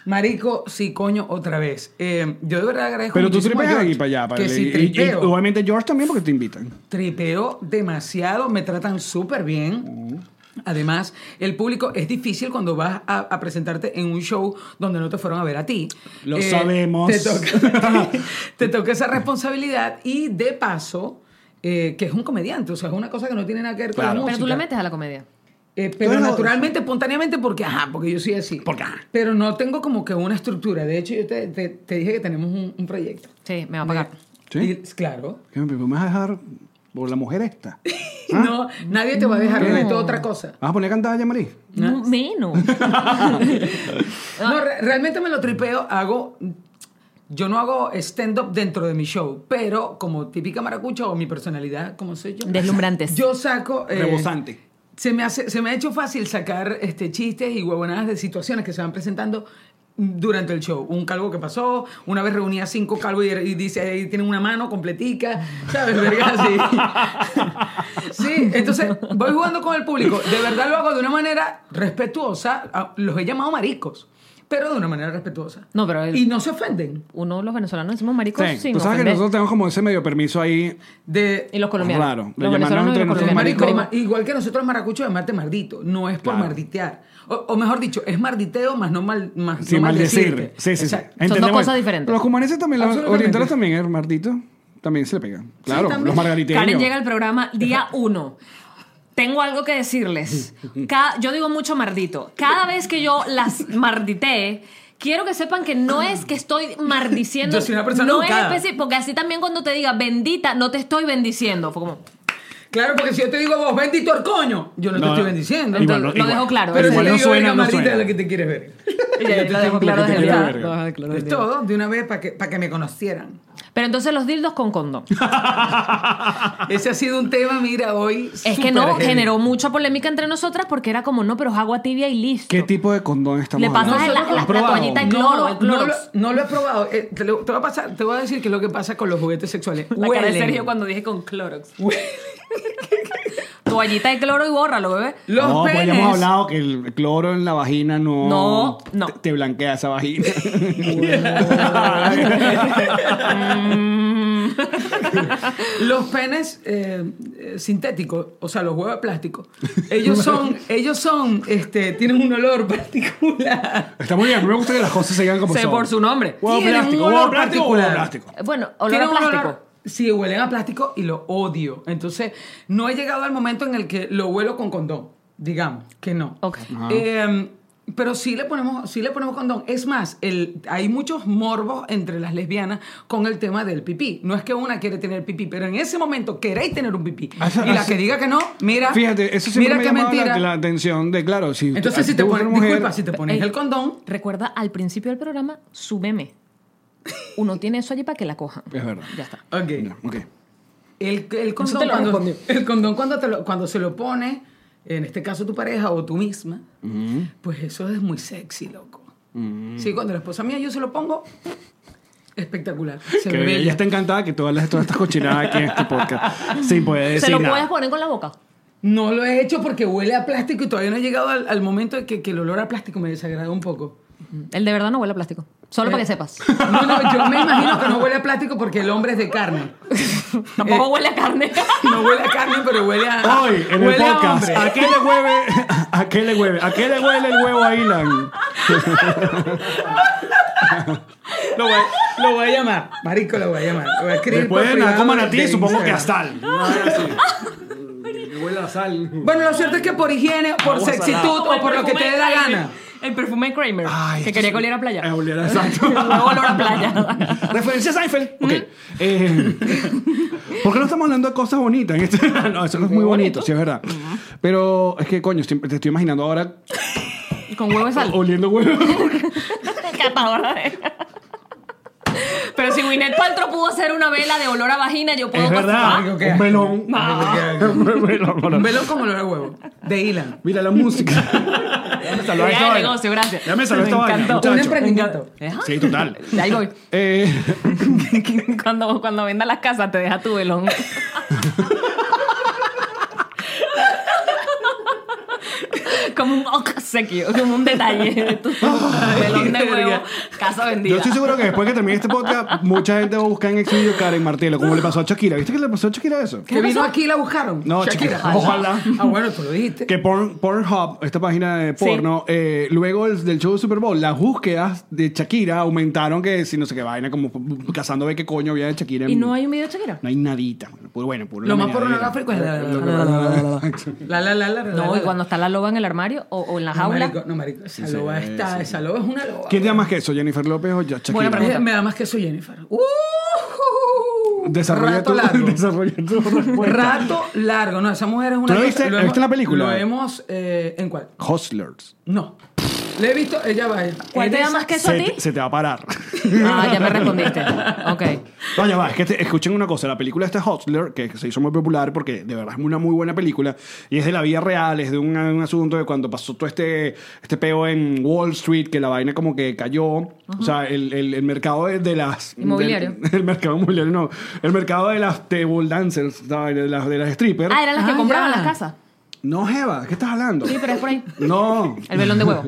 S4: Marico, sí, coño, otra vez. Eh, yo de verdad agradezco
S1: Pero tú
S4: muchísimo a
S1: tripeas
S4: George,
S1: aquí para allá. Para
S4: que
S1: el-
S4: sí,
S1: y- y,
S4: tripeo.
S1: obviamente George también porque te invitan.
S4: Tripeo demasiado, me tratan súper bien. Además, el público es difícil cuando vas a, a presentarte en un show donde no te fueron a ver a ti. Eh,
S1: Lo sabemos.
S4: Te toca,
S1: (laughs)
S4: te toca esa responsabilidad y de paso, eh, que es un comediante, o sea, es una cosa que no tiene nada que ver con
S1: Claro.
S4: la
S3: Pero
S4: música.
S3: tú le metes a la comedia.
S4: Eh, pero
S1: Tú eres-
S4: naturalmente, espontáneamente, porque ajá, porque yo soy así. Porque ajá. Pero no tengo como que una estructura. De hecho, yo te, te- te dije que tenemos un, un proyecto. Eh,
S3: Sí, me va a pagar.
S1: ¿Sí?
S4: Y- claro.
S1: ¿Qué, ¿Me vas a dejar por la mujer esta?
S4: No, nadie te va a dejar de toda otra cosa.
S1: ¿Vas a poner a cantar a Yamarí?
S3: No, menos.
S4: No, re- realmente me lo tripeo, hago... Yo no hago stand-up dentro de mi show, pero como típica maracucha o mi personalidad, como soy yo...
S3: Deslumbrantes.
S4: Yo saco... eh,
S1: Rebosante.
S4: Se me, hace, se me ha hecho fácil sacar este, chistes y huevonadas de situaciones que se van presentando durante el show. Un calvo que pasó, una vez reunía cinco calvos y, y dice, ahí tienen una mano
S3: (laughs)
S4: completica, ¿sabes? Verga, sí. sí, entonces voy jugando con el público. De verdad lo hago de una manera respetuosa. A- Los he llamado maricos, pero de una manera respetuosa.
S3: No, pero el-
S4: Y no se ofenden.
S3: Uno, los venezolanos decimos maricos
S1: Sí.
S3: sin
S1: Tú sabes que
S3: ofender.
S1: nosotros tenemos como ese medio permiso ahí.
S4: De,
S3: Y los colombianos.
S1: Raro. Le
S3: Los
S1: llaman
S3: venezolanos y
S1: entre
S3: los
S1: nosotros
S4: de
S3: colombianos.
S4: marico,
S1: maricos.
S4: ma- igual que nosotros maracuchos llamarte mardito, no es por
S1: Claro.
S4: marditear. O, o mejor dicho, es marditeo más no mal más,
S1: Sin
S4: no
S1: maldecir. Sí, sí, sí.
S4: Exacto.
S3: dos
S1: Entendemos.
S3: cosas diferentes.
S1: Los cumaneses también, los
S4: Absolutamente.
S1: orientales también, el mardito, también se le pega. Claro,
S4: también.
S1: los margariteños.
S3: Karen llega al programa día uno. Tengo algo que decirles. Ca- yo digo mucho mardito. Cada vez que yo las marditee, quiero que sepan que no es que estoy mardiciendo.
S4: Yo soy una persona
S3: no
S4: educada.
S3: es especi- porque así también cuando te diga bendita, no te estoy bendiciendo. Fue como,
S4: Claro, porque si yo te digo a vos, bendito el coño, yo no,
S1: No,
S4: te estoy
S1: no.
S4: bendiciendo.
S1: Igual
S3: lo
S1: no- igual.
S3: dejo claro.
S4: pero
S1: Pero
S4: si
S1: igual
S4: te
S1: no
S4: digo,
S1: suena,
S4: "Venga,
S1: no
S4: mardita es la
S1: suena.
S4: que te
S3: (laughs)
S4: quieres ver.
S3: ya,
S4: Yo te
S3: lo
S4: estoy
S3: dejo
S4: diciendo
S3: claro
S4: que te
S3: desde
S4: quiero
S3: ya.
S4: ver.
S3: Lo dejo claro
S4: Es
S3: desde ya.
S4: todo de una vez para que, para que me conocieran.
S3: Pero entonces los dildos con condón.
S4: Ese ha sido un tema, mira, hoy.
S3: Es que
S4: súper
S3: no,
S4: heavy.
S3: generó mucha polémica entre nosotras porque era como, no, pero es agua tibia y listo.
S1: ¿Qué tipo de condón estamos
S3: Le pasas
S1: hablando?
S3: la-
S1: ¿Lo has
S3: la- la
S1: probado?
S3: toallita de- cloro, el
S4: no,
S3: Clorox.
S4: lo, no lo he probado. Eh, te, lo- te va a pasar, te voy a decir que lo que pasa con los juguetes sexuales.
S3: La cara de
S4: Huelen.
S3: Sergio cuando dije con Clorox.
S4: Huelen.
S3: Toallita de cloro y bórralo, bebé.
S4: Los
S1: no, pues ya
S4: penes.
S1: hemos hablado que el cloro en la vagina no,
S3: No, no.
S1: Te, te blanquea esa
S3: (laughs)
S1: vagina. (laughs)
S3: Mm, (laughs)
S1: (laughs)
S4: Los penes eh, eh, sintéticos, o sea, los huevos de plástico, ellos
S1: (laughs)
S4: son, ellos son, este, tienen un olor particular.
S1: Está muy bien, me gusta que las cosas se vean como
S3: Sé
S1: son.
S3: por su nombre.
S1: Huevo
S4: Tienen un
S1: plástico,
S4: olor
S1: huevo plástico, huevo
S4: particular.
S1: plástico.
S3: Bueno, olor
S4: Tienen
S3: a
S4: un olor-
S3: plástico.
S4: sí, huelen a plástico y lo odio. Entonces, no he llegado al momento en el que lo huelo con condón, digamos, que no.
S3: Ok.
S4: Eh, pero sí le ponemos, sí le ponemos condón. Es más, el, hay muchos morbos entre las lesbianas con el tema del pipí. No es que una quiere tener pipí, pero en ese momento queréis tener un pipí.
S1: Ah, eso-
S4: y la
S1: así-
S4: que diga que no, mira,
S1: Fíjate, eso siempre
S4: mira
S1: me
S4: qué
S1: llamaba
S4: mentira.
S1: la, la atención de, claro, si a
S4: Entonces,
S1: ti
S4: si te,
S1: gusta
S4: pones,
S1: una mujer-
S4: disculpa, si te pones
S3: Ey.
S4: el condón,
S3: Recuerda al principio del programa su meme. (laughs) Uno tiene eso allí para que la coja.
S1: Es verdad.
S3: Ya está.
S4: ok.
S1: Mira, ok.
S4: El, el
S3: te
S4: condón,
S3: lo
S4: cuando,
S3: respondí.
S4: el condón cuando, te lo- cuando se lo pone, en este caso tu pareja o tú misma, pues eso es muy sexy, loco. Sí, cuando la esposa mía yo se lo pongo, Espectacular. Se
S1: Que
S4: ve
S1: ella
S4: bella.
S1: está encantada que tú hables de todas estas cochinadas aquí en este podcast. Sí, puede decir
S3: ¿Se lo
S1: nada.
S3: puedes poner con la boca?
S4: No lo he hecho porque huele a plástico y todavía no he llegado al, al momento de que, que el olor a plástico me desagrada un poco.
S3: El de verdad no huele a plástico. Solo para que sepas. (laughs)
S4: No, no, yo me imagino que no huele a plástico porque el hombre es de carne.
S3: Tampoco huele a (laughs) carne.
S4: No huele a carne, pero huele a.
S1: Hoy, en el
S4: huele a
S1: podcast,
S4: hombre.
S1: ¿a, qué le hueve? (laughs) ¿A qué le hueve? ¿A qué le huele el huevo a Ilan?
S4: Lo voy, lo voy a llamar. Marico, lo voy a llamar. Lo voy a escribir
S1: Después
S4: por
S1: de
S4: privado
S1: Narcoman a
S4: de
S1: ti, supongo que a
S4: Instagram.
S1: sal. Huele a sal.
S4: Bueno, lo cierto es que por higiene, por sexitud o por lo que te dé la gana.
S3: El perfume de Kramer.
S1: Ay,
S3: que
S1: esto
S3: quería
S1: sí.
S3: que oliera a playa.
S1: Eh,
S3: (laughs)
S1: oliera, exacto.
S3: Luego olor a playa.
S1: (laughs) Referencia a Seinfeld. Ok. Eh, ¿Por qué no estamos hablando de cosas bonitas? en este? (laughs) no, eso no es muy bonito, sí, es verdad. Pero es que, coño, siempre te estoy imaginando ahora
S3: Con huevo y sal.
S4: Oh.
S3: (laughs)
S1: oliendo huevo.
S3: Catadora de- Pero si Gwyneth Paltrow pudo hacer una vela de olor a vagina, yo puedo
S1: es verdad.
S4: ¿Ah?
S1: Un
S3: (laughs)
S1: melón.
S3: Ah.
S1: Un melón.
S4: Un
S1: olor.
S4: velo como olor a huevo. De Ilan.
S1: Mira la
S3: (laughs)
S1: música. Ya me salvó
S3: Ya
S1: esta
S3: de
S1: vaina.
S3: negocio, gracias.
S1: Ya me salvó
S3: Me
S1: esta vaina,
S3: encantó.
S4: Un
S1: muchacho.
S4: emprendimiento.
S3: Ajá.
S1: Sí,
S3: (laughs)
S1: total.
S3: De ahí voy.
S1: Eh,
S3: (laughs) Cuando, cuando venda las casas, te deja tu velón. como un obsequio, como un detalle de tu velón de huevo. Casa
S1: yo
S3: vendida.
S1: estoy seguro que después que termine este podcast, mucha gente va a buscar en Exilio Karen Martelo, como le pasó a Shakira. ¿Viste que le pasó a Shakira eso?
S4: Que vino aquí y la buscaron.
S1: No,
S4: Shakira.
S1: chiquita, ojalá.
S4: Ah, bueno, tú lo dijiste.
S1: Que Porn- Pornhub, esta página de porno, eh, luego del, del show de Super Bowl, las búsquedas de Shakira aumentaron que si no sé qué vaina, como cazando a ver qué coño había de Shakira. en-
S3: ¿Y no hay un video de Shakira?
S1: No hay nadita. Bueno, pues bueno, por
S4: Lo más pornográfico es la- La, la, la, la, la,
S3: No,
S4: la,
S3: y
S4: la.
S3: cuando está la loba en el armario o, o en la
S4: No,
S3: jaula.
S4: marico, no, marico. Esa loba está, esa loba es una loba.
S1: ¿Quién te da más que eso, Jennifer López o ya- Shakira?
S3: Buena pregunta.
S4: Me, me da más que eso, Jennifer. ¡Uh!
S1: Desarrolla
S4: Rato
S1: tu, (laughs)
S4: largo.
S1: desarrolla tu respuesta.
S4: Rato largo. No, esa mujer es una.
S1: Pues ¿Tú la
S4: cosa-
S1: viste?
S4: lo
S1: ¿La
S4: hemos-
S1: viste en la película?
S4: Lo hemos. eh, ¿En cuál?
S1: Hustlers.
S4: No. Le he visto. Ella va.
S3: ¿Cuál te da
S4: Eres-
S3: más que eso a
S1: Se,
S3: ti?
S1: te- se te va a parar.
S3: Ah, ya me respondiste. Ok.
S1: (laughs) No, ya va, es que te- escuchen una cosa, la película esta Hustler, que se hizo muy popular porque de verdad es una muy buena película, y es de la vida real, es de un, un asunto de cuando pasó todo este, este peo en Wall Street, que la vaina como que cayó, o sea, el, el- el mercado de, de las...
S3: Inmobiliario.
S1: del- (laughs) el mercado inmobiliario, no, el mercado de las table dancers, la vaina de las, de las strippers.
S3: Ah, eran las que
S4: Ah,
S3: compraban
S4: ya.
S3: las casas.
S1: No, Jeva, ¿qué estás hablando?
S3: Sí, pero es por ahí.
S1: No,
S3: El velón de huevo.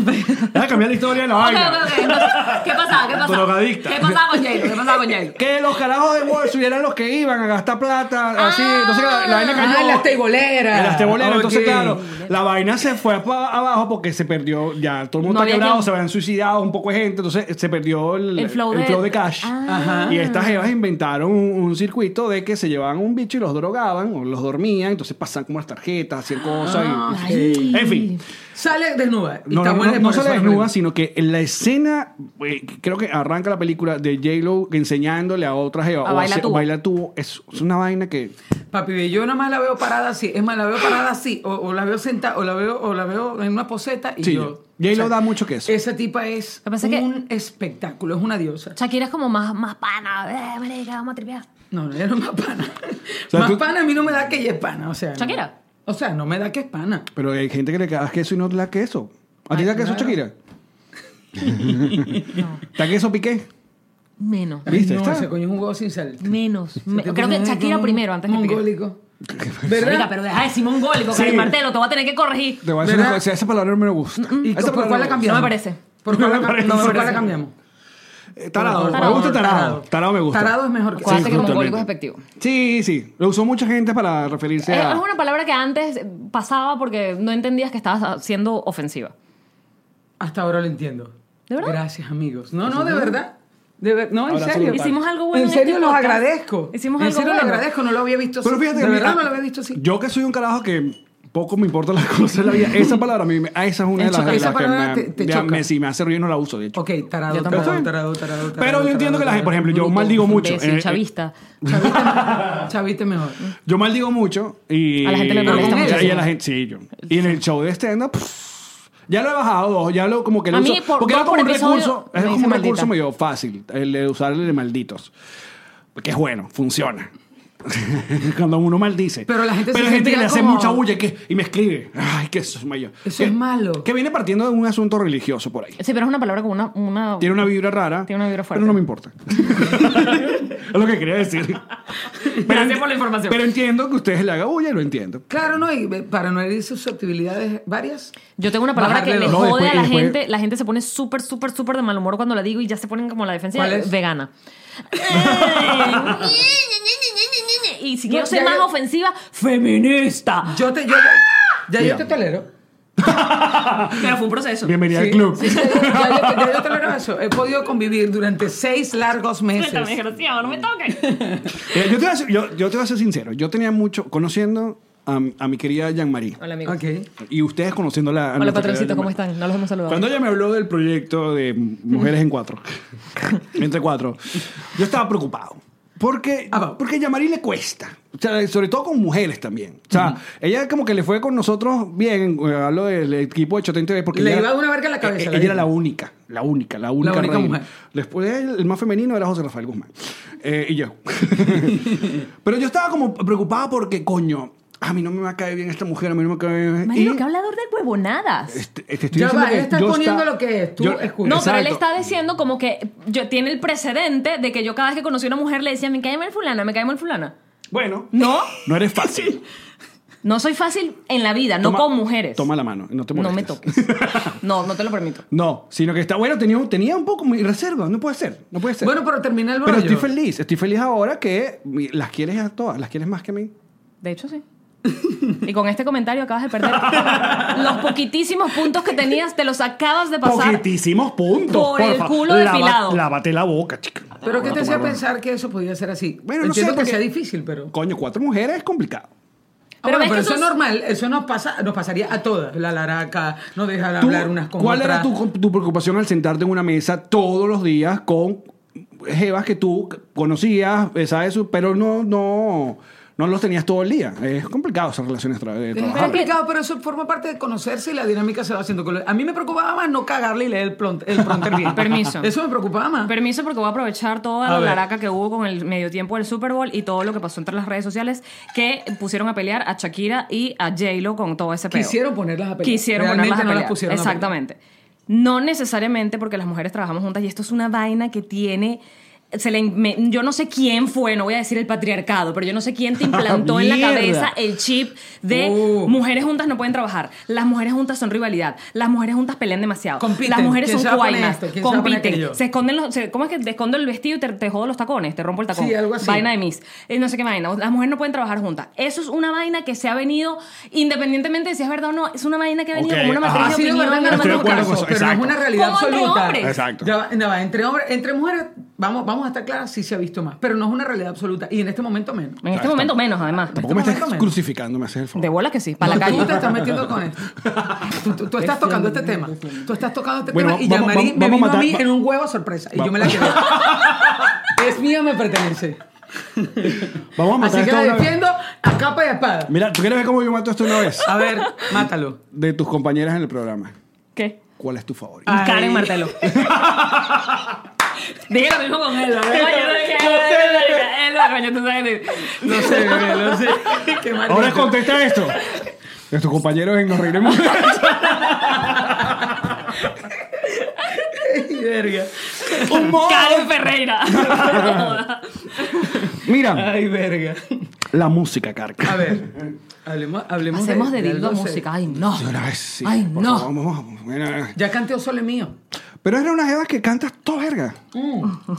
S1: deja cambiar la historia de
S3: (laughs)
S1: la
S3: Ok,
S1: vaina.
S3: ok, ok. Entonces, ¿Qué pasaba? ¿Qué pasaba?
S1: Drogadicta.
S3: ¿Qué pasaba con Jairo? ¿Qué pasaba con Jairo?
S1: Que los carajos de Wall Street eran los que iban a gastar
S3: Ah,
S1: plata, así. Entonces la, la vaina cayó.
S4: Ah, las teiboleras.
S1: En las teboleras. Entonces,
S4: Ok.
S1: claro, la vaina se fue pa- abajo porque se perdió. Ya todo el mundo
S3: No
S1: está
S3: había
S1: quebrado,
S3: quien-
S1: se habían suicidado un poco de gente. Entonces, eh, se perdió el,
S3: El flow de- Ah.
S1: cash.
S4: Ajá.
S1: Y estas jevas inventaron un, un circuito de que se llevaban un bicho y los drogaban o los dormían. Entonces, pasaban como las tarjetas, hacían cosas.
S3: Ah,
S1: y- En fin.
S4: Sale desnuda. Y
S1: No,
S4: está
S1: no, no,
S4: buena
S1: no,
S4: y por
S1: sale
S4: eso la
S1: desnuda,
S4: prende.
S1: sino que en la escena, eh, creo que arranca la película de J-Lo enseñándole a otra jeva
S3: A
S1: o
S3: bailar
S1: hacia-
S3: tubo.
S1: bailar tubo. Es, es una vaina que.
S4: Papi, yo nada más la veo parada así. Es más, la veo parada así. O, o la veo sentada, o la veo, o la veo en una poseta. Y
S1: Sí,
S4: yo.
S1: J-Lo
S4: o sea,
S1: da mucho queso.
S4: Esa tipa es
S3: Lo que pasa es que-
S4: un espectáculo, es una diosa.
S3: Shakira es como más, más pana. Eh, marica, vamos a tripear.
S4: No, no, ella no es más pana.
S1: sea,
S4: más
S1: tú-
S4: pana a mí no me da que ella es pana. O sea, no.
S3: Shakira.
S4: O sea, no me da que es pana.
S1: Pero hay gente que le da queso y no le da queso. ¿A ti te da queso, Shakira?
S4: (laughs)
S1: ¿Te da queso piqué?
S3: Menos.
S1: ¿Viste?
S4: No,
S1: Está.
S4: ese coño es un huevo sin sal.
S3: Menos. Me-
S4: Ese
S3: creo que
S4: coño es
S3: Shakira
S4: un
S3: primero antes que
S1: (laughs)
S3: Piqué.
S4: Mongólico.
S3: Marica,
S4: ¿Verdad?
S3: pero deja de decir mongólico,
S1: Sí.
S3: Karen Martelo. Te voy a tener que corregir.
S1: Te voy a decir
S4: ¿Verdad? Mm,
S1: una cosa, Esa palabra no me gusta.
S4: ¿Y
S1: Esa
S4: co-
S1: palabra
S4: por cuál la
S1: no me
S4: cambiamos?
S3: mm, No me parece.
S4: ¿Por cuál,
S1: No
S4: la,
S1: me
S4: cam-
S1: parece.
S4: no,
S1: No me
S4: ¿por cuál la
S1: parece.
S4: cambiamos?
S1: gusta. Eh, Tarado. Me
S3: Tarado.
S1: gusta tarado. Tarado me gusta.
S4: Tarado es mejor que
S3: Acuérdate que
S1: totalmente.
S3: mongólico es despectivo.
S1: Sí, sí. Lo usó mucha gente para referirse
S3: Es-
S1: a...
S3: Eh, Es una palabra que antes pasaba porque no entendías que estabas siendo ofensiva.
S4: Hasta ahora lo entiendo.
S3: ¿De verdad?
S4: Gracias, amigos. No, no, de verdad. De ver- no, en
S1: Abrazo
S4: serio.
S1: grupal.
S3: Hicimos algo bueno
S4: En
S3: en este
S4: serio, los
S3: podcast.
S4: agradezco.
S3: Hicimos
S4: en
S3: algo
S4: serio,
S3: bueno.
S4: lo agradezco. No lo había visto así.
S1: Pero fíjate,
S4: de
S1: mira,
S4: verdad no lo había visto así.
S1: Yo que soy un carajo que poco me importa las (laughs) cosas de la vida,
S4: (laughs)
S1: esa palabra a mí, me- ah, esa es una de
S4: Te
S1: las,
S4: choca,
S1: de
S4: esa
S1: las que
S4: palabra
S1: me,
S4: te- te
S1: ya
S4: choca.
S1: me- si me hace ruido no la uso, de hecho.
S4: Ok, tarado,
S3: Yo
S4: tarado,
S3: tampoco.
S4: tarado, tarado, tarado,
S1: Pero yo entiendo que la gente, por ejemplo, yo
S3: Bruto,
S1: maldigo mucho.
S3: imbécil,
S1: eh,
S3: chavista.
S4: Chavita, chavita mejor.
S3: Mm.
S1: Yo maldigo mucho y.
S3: A la gente le
S4: molesta
S1: y-
S4: mucho.
S1: y a la gente, sí, yo. Y en el show de stand-up. pff, Ya lo he bajado dos, ya lo como que lo
S3: A
S1: uso.
S3: mí, por-
S1: porque
S3: dos
S1: era como
S3: por
S1: un
S3: episodio,
S1: recurso,
S3: me
S1: es como
S3: dice
S1: un
S3: maldita.
S1: recurso medio fácil, el de usar el de malditos. Que es bueno, funciona. (laughs) Cuando uno maldice.
S4: Pero la gente
S1: Pero
S4: se
S1: hay gente que
S4: sentía
S1: le hace
S4: como-
S1: mucha bulla que, y me escribe. Ay, que eso es mayor.
S4: Eso
S1: Que-
S4: es malo.
S1: Que viene partiendo de un asunto religioso por ahí.
S3: Sí, pero es una palabra como una. una...
S1: Tiene una vibra rara.
S3: Tiene una vibra fuerte.
S1: Pero no me importa. (laughs) es lo que quería
S3: (laughs)
S1: decir.
S3: Gracias por la información.
S1: Pero entiendo que ustedes le hagan bulla y lo entiendo.
S4: Claro, no, y para no herir susceptibilidades varias.
S3: Yo tengo una palabra
S4: Bajarle
S3: que le
S4: los-
S1: No,
S3: jode
S1: después-
S3: a la
S1: y después-
S3: gente. La gente se pone súper, súper, súper de mal humor cuando la digo y ya se ponen como la defensiva.
S4: ¿Cuál es?
S3: Vegana. Ay. y si quiero
S4: No,
S3: ser
S4: ya-
S3: más ofensiva, feminista.
S4: Yo te, yo, ya yo te tolero.
S3: Pero fue un (laughs) proceso.
S1: Bienvenida
S4: Sí,
S1: al club.
S4: sí, ya, yo- ya yo- ya
S1: (laughs)
S4: yo tolero eso. He podido convivir durante seis largos meses.
S3: desgraciado, no me toques.
S1: Eh, yo, te voy a ser, yo, yo te voy a ser sincero. Yo tenía mucho, conociendo a, a mi querida Jean-Marie.
S3: (laughs) Hola, amigo.
S4: Ok.
S1: Y ustedes conociendo la.
S3: Hola, patroncito, ¿cómo están? No los hemos saludado.
S1: Cuando ella me habló del proyecto de Mujeres en
S4: (laughs)
S1: Cuatro, entre cuatro, yo estaba preocupado. Porque,
S4: Ah, va.
S1: porque Yamari le cuesta. O sea, sobre todo con mujeres también. O sea, ella como que le fue con nosotros bien. eh, Hablo del equipo de Chotén TV. Porque
S4: Le
S1: ella-
S4: iba de una verga en la cabeza,
S1: eh,
S4: la
S1: Ella,
S4: vieja.
S1: era la única. La única. La única,
S4: única
S1: reina.
S4: mujer.
S1: Después el más femenino era José Rafael Guzmán. Eh, y
S4: (laughs)
S1: yo. Pero yo estaba como preocupado porque, coño, a mí no me va a caer bien esta mujer, a mí no me cae bien.
S3: Marico,
S1: Y-
S3: qué hablador de huevonadas.
S1: este- este, estoy
S4: Ya
S1: diciendo
S4: va,
S1: que
S4: él está
S1: yo
S4: poniendo lo que es, tú escucha.
S3: No, pero él
S1: exacto.
S3: está diciendo como que yo, tiene el precedente de que yo cada vez que conocí a una mujer le decía, me cae mal fulana, me cae mal fulana.
S1: Bueno,
S3: No,
S1: no eres (laughs) fácil.
S3: no soy fácil en la vida, no
S1: Toma-
S3: con mujeres.
S1: Toma la mano, no te
S3: no
S1: molestes.
S3: me toques. No, no te lo permito.
S1: (laughs) No, sino que está bueno, tenía, un- tenía un poco mi reserva, no puede ser, no puede ser.
S4: Bueno, pero termina el
S1: pero
S4: bollo.
S1: estoy feliz, estoy feliz ahora que mi- las quieres a todas, las quieres más que a mí.
S3: De hecho, sí. Y con este comentario acabas de perder los poquitísimos puntos que tenías, te los acabas de pasar.
S1: Poquitísimos puntos.
S3: por el
S1: fa-
S3: culo depilado.
S1: Lávate la boca, chica.
S4: Pero ¿qué
S1: Bueno,
S4: te hacía
S1: tomar-
S4: pensar que eso podía ser así?
S1: Bueno, no
S4: Entiendo
S1: sé,
S4: que
S1: porque-
S4: sea difícil, pero...
S1: Coño, cuatro mujeres es complicado.
S4: Ah, bueno,
S3: ves
S4: pero
S3: que
S4: eso es
S3: sos-
S4: normal, eso nos pasa, nos pasaría a todas. La laraca, no dejar
S1: Tú,
S4: hablar unas con
S1: ¿Cuál
S4: otras.
S1: era tu, tu preocupación al sentarte en una mesa todos los días con jevas que tú conocías, eh, ¿sabes? Pero no, no, no los tenías todo el día. Es complicado esas relaciones tra- eh, de
S4: Es
S1: trabajar.
S4: complicado, pero eso forma parte de conocerse y la dinámica se va haciendo. con lo- A mí me preocupaba más no cagarle y leer el, plont, el pronter
S3: (laughs)
S4: bien.
S3: Permiso.
S4: Eso me preocupaba más.
S3: Permiso porque voy a aprovechar toda
S4: A
S3: la
S4: ver.
S3: laraca que hubo con el medio tiempo del Super Bowl y todo lo que pasó entre las redes sociales que pusieron a pelear a Shakira y a J-Lo con todo ese peo.
S4: Quisieron ponerlas a pelear.
S3: Quisieron
S4: Realmente
S3: ponerlas a
S4: no
S3: pelear.
S4: las pusieron a pelear.
S3: Exactamente. No necesariamente porque las mujeres trabajamos juntas y esto es una vaina que tiene... Se le, in- me- yo no sé quién fue, no voy a decir el patriarcado, pero yo no sé quién
S4: (laughs)
S3: te implantó en la
S1: Mierda.
S3: cabeza el chip de
S4: Uh.
S3: mujeres juntas no pueden trabajar, las mujeres juntas son rivalidad, las mujeres juntas pelean demasiado,
S4: Compiten.
S3: las mujeres
S4: ¿Quién
S3: son
S4: se va a poner
S3: cuainas,
S4: esto? ¿Quién se va a poner
S3: compiten,
S4: aquello?
S3: se esconden los, se- ¿cómo es que te escondo el vestido y te, te jodo los tacones? Te rompo el tacón.
S4: Sí, algo así.
S3: Vaina de mis. eh, no sé qué vaina. Las mujeres no pueden trabajar juntas. Eso es una vaina que se ha venido, independientemente de si es verdad o no, es una vaina que ha venido
S1: Ok, Ah,
S3: como una
S1: ajá.
S4: Ha
S3: matriz de
S4: sido
S3: opinión.
S4: verdad en
S3: una
S1: Estoy de
S3: matriz de
S1: acuerdo
S4: algunos
S1: con
S3: caso.
S4: casos,
S1: eso,
S4: pero no es
S1: exacto.
S4: una realidad
S3: Como entre
S4: absoluta.
S3: hombres.
S1: Exacto.
S4: Ya va- ya va, entre, hombres, entre mujeres, vamos, vamos a estar claras, sí se ha visto más, pero no es una realidad absoluta. Y en este momento menos.
S3: En este momento menos, además.
S1: Tampoco me estás
S4: este Momento menos.
S1: crucificando, me haces el favor.
S3: De bola que sí, para la
S4: Tú- Tú te
S3: calle.
S4: estás metiendo con esto. Tú, tú- tú estás tocando este tema. Tú estás tocando este
S1: Bueno,
S4: tema y
S1: vamos-
S4: Yamari
S1: vamos-
S4: me
S1: vamos
S4: vino
S1: a
S4: a mí
S1: matar-
S4: en un huevo sorpresa. Y yo me la quedé.
S1: (laughs)
S4: es mía, me pertenece.
S1: Vamos a matar
S4: Así
S1: esto
S4: que la
S1: de una vez.
S4: defiendo a capa y espada.
S1: Mira, ¿tú quieres ver cómo yo mato esto una vez?
S4: A ver,
S1: (laughs)
S4: mátalo.
S1: De tus compañeras en el programa.
S3: ¿Qué?
S1: ¿Cuál es tu favorito?
S4: Ay.
S3: Karen Martelo. Dije lo mismo con él, la verdad. Yo no dije,
S4: No sé,
S3: él, la coño, tú sabes.
S4: No sé, bebé, no
S1: (laughs)
S4: sé. Qué maldito.
S1: Ahora contesta esto. De tus compañeros en Nos Reiremos.
S4: (laughs) Ay, verga.
S1: ¡Humor!
S3: Karen Ferreira.
S1: Mira,
S4: Ay, verga.
S1: la música, Carca. (laughs)
S4: A ver, hablemos, hablemos
S3: Hacemos de
S4: algo
S3: dildo
S4: serio.
S3: música. Ay, no.
S1: De una vez, sí,
S3: Ay,
S1: por
S3: no.
S1: favor, vamos, vamos, mira.
S4: Ya canteó Sole mío.
S1: Pero era una jeva que canta todo verga.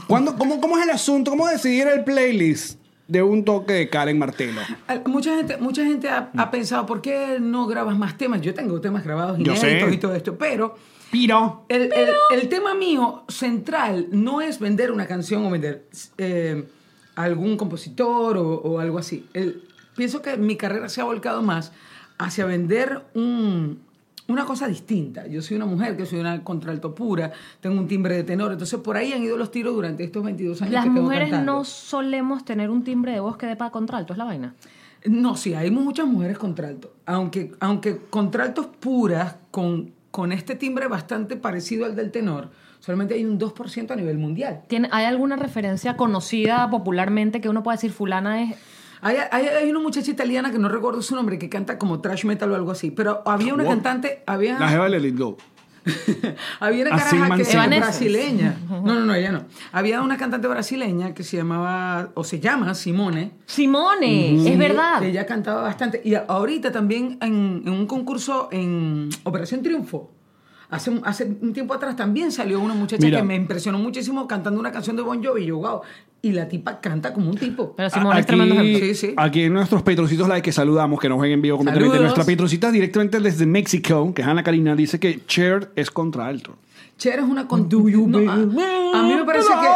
S1: ¿Cuándo- cómo, cómo es el asunto? ¿Cómo decidir el playlist de un toque de Karen Martelo?
S4: Al- Mucha gente, mucha gente ha,
S1: Mm.
S4: ha pensado, ¿por qué no grabas más temas? Yo tengo temas grabados
S1: Yo sé.
S4: inéditos y todo esto, pero
S1: Piro.
S4: el, el- el tema mío central no es vender una canción o vender eh, algún compositor o, o algo así. El- pienso que mi carrera se ha volcado más hacia vender un- una cosa distinta. Yo soy una mujer que soy una contralto pura, tengo un timbre de tenor, entonces por ahí han ido los tiros durante estos 22 años.
S3: Las
S4: que tengo
S3: mujeres
S4: cantando.
S3: no solemos tener un timbre de voz que dé para contralto, es la vaina.
S4: No, sí, hay muchas mujeres contralto. Aunque, aunque contraltos puras con, con este timbre bastante parecido al del tenor, solamente hay un 2% a nivel mundial.
S3: ¿Tiene- ¿Hay alguna referencia conocida popularmente que uno pueda decir fulana es
S4: Hay, hay- hay una muchacha italiana que no recuerdo su nombre que canta como trash metal o algo así. Pero había una
S1: Wow.
S4: cantante, había.
S1: La jeva de Let It Go.
S4: (laughs) Había una
S1: Ah,
S4: caraja
S1: Silman
S4: que era
S1: Evanescence.
S4: brasileña. No, no, no, ella no. Había una cantante brasileña que se llamaba, o se llama Simone.
S3: Simone, es verdad.
S4: Ella cantaba bastante. Y a- ahorita también en, en un concurso en Operación Triunfo. Hace, un- hace un tiempo atrás también salió una muchacha
S1: Mira.
S4: que me impresionó muchísimo cantando una canción de Bon Jovi. Y yo, wow. Y la tipa canta como un tipo.
S3: Pero Simone es tremendo
S1: Aquí,
S3: ejemplo.
S4: Sí, sí.
S1: aquí en nuestros patroncitos like que saludamos, que nos ven en vivo completamente.
S4: Saludos.
S1: Nuestra patroncita directamente desde México, que es Ana Karina, dice que Cher es contralto.
S4: Cher es una con... No, a, a mí me parece que...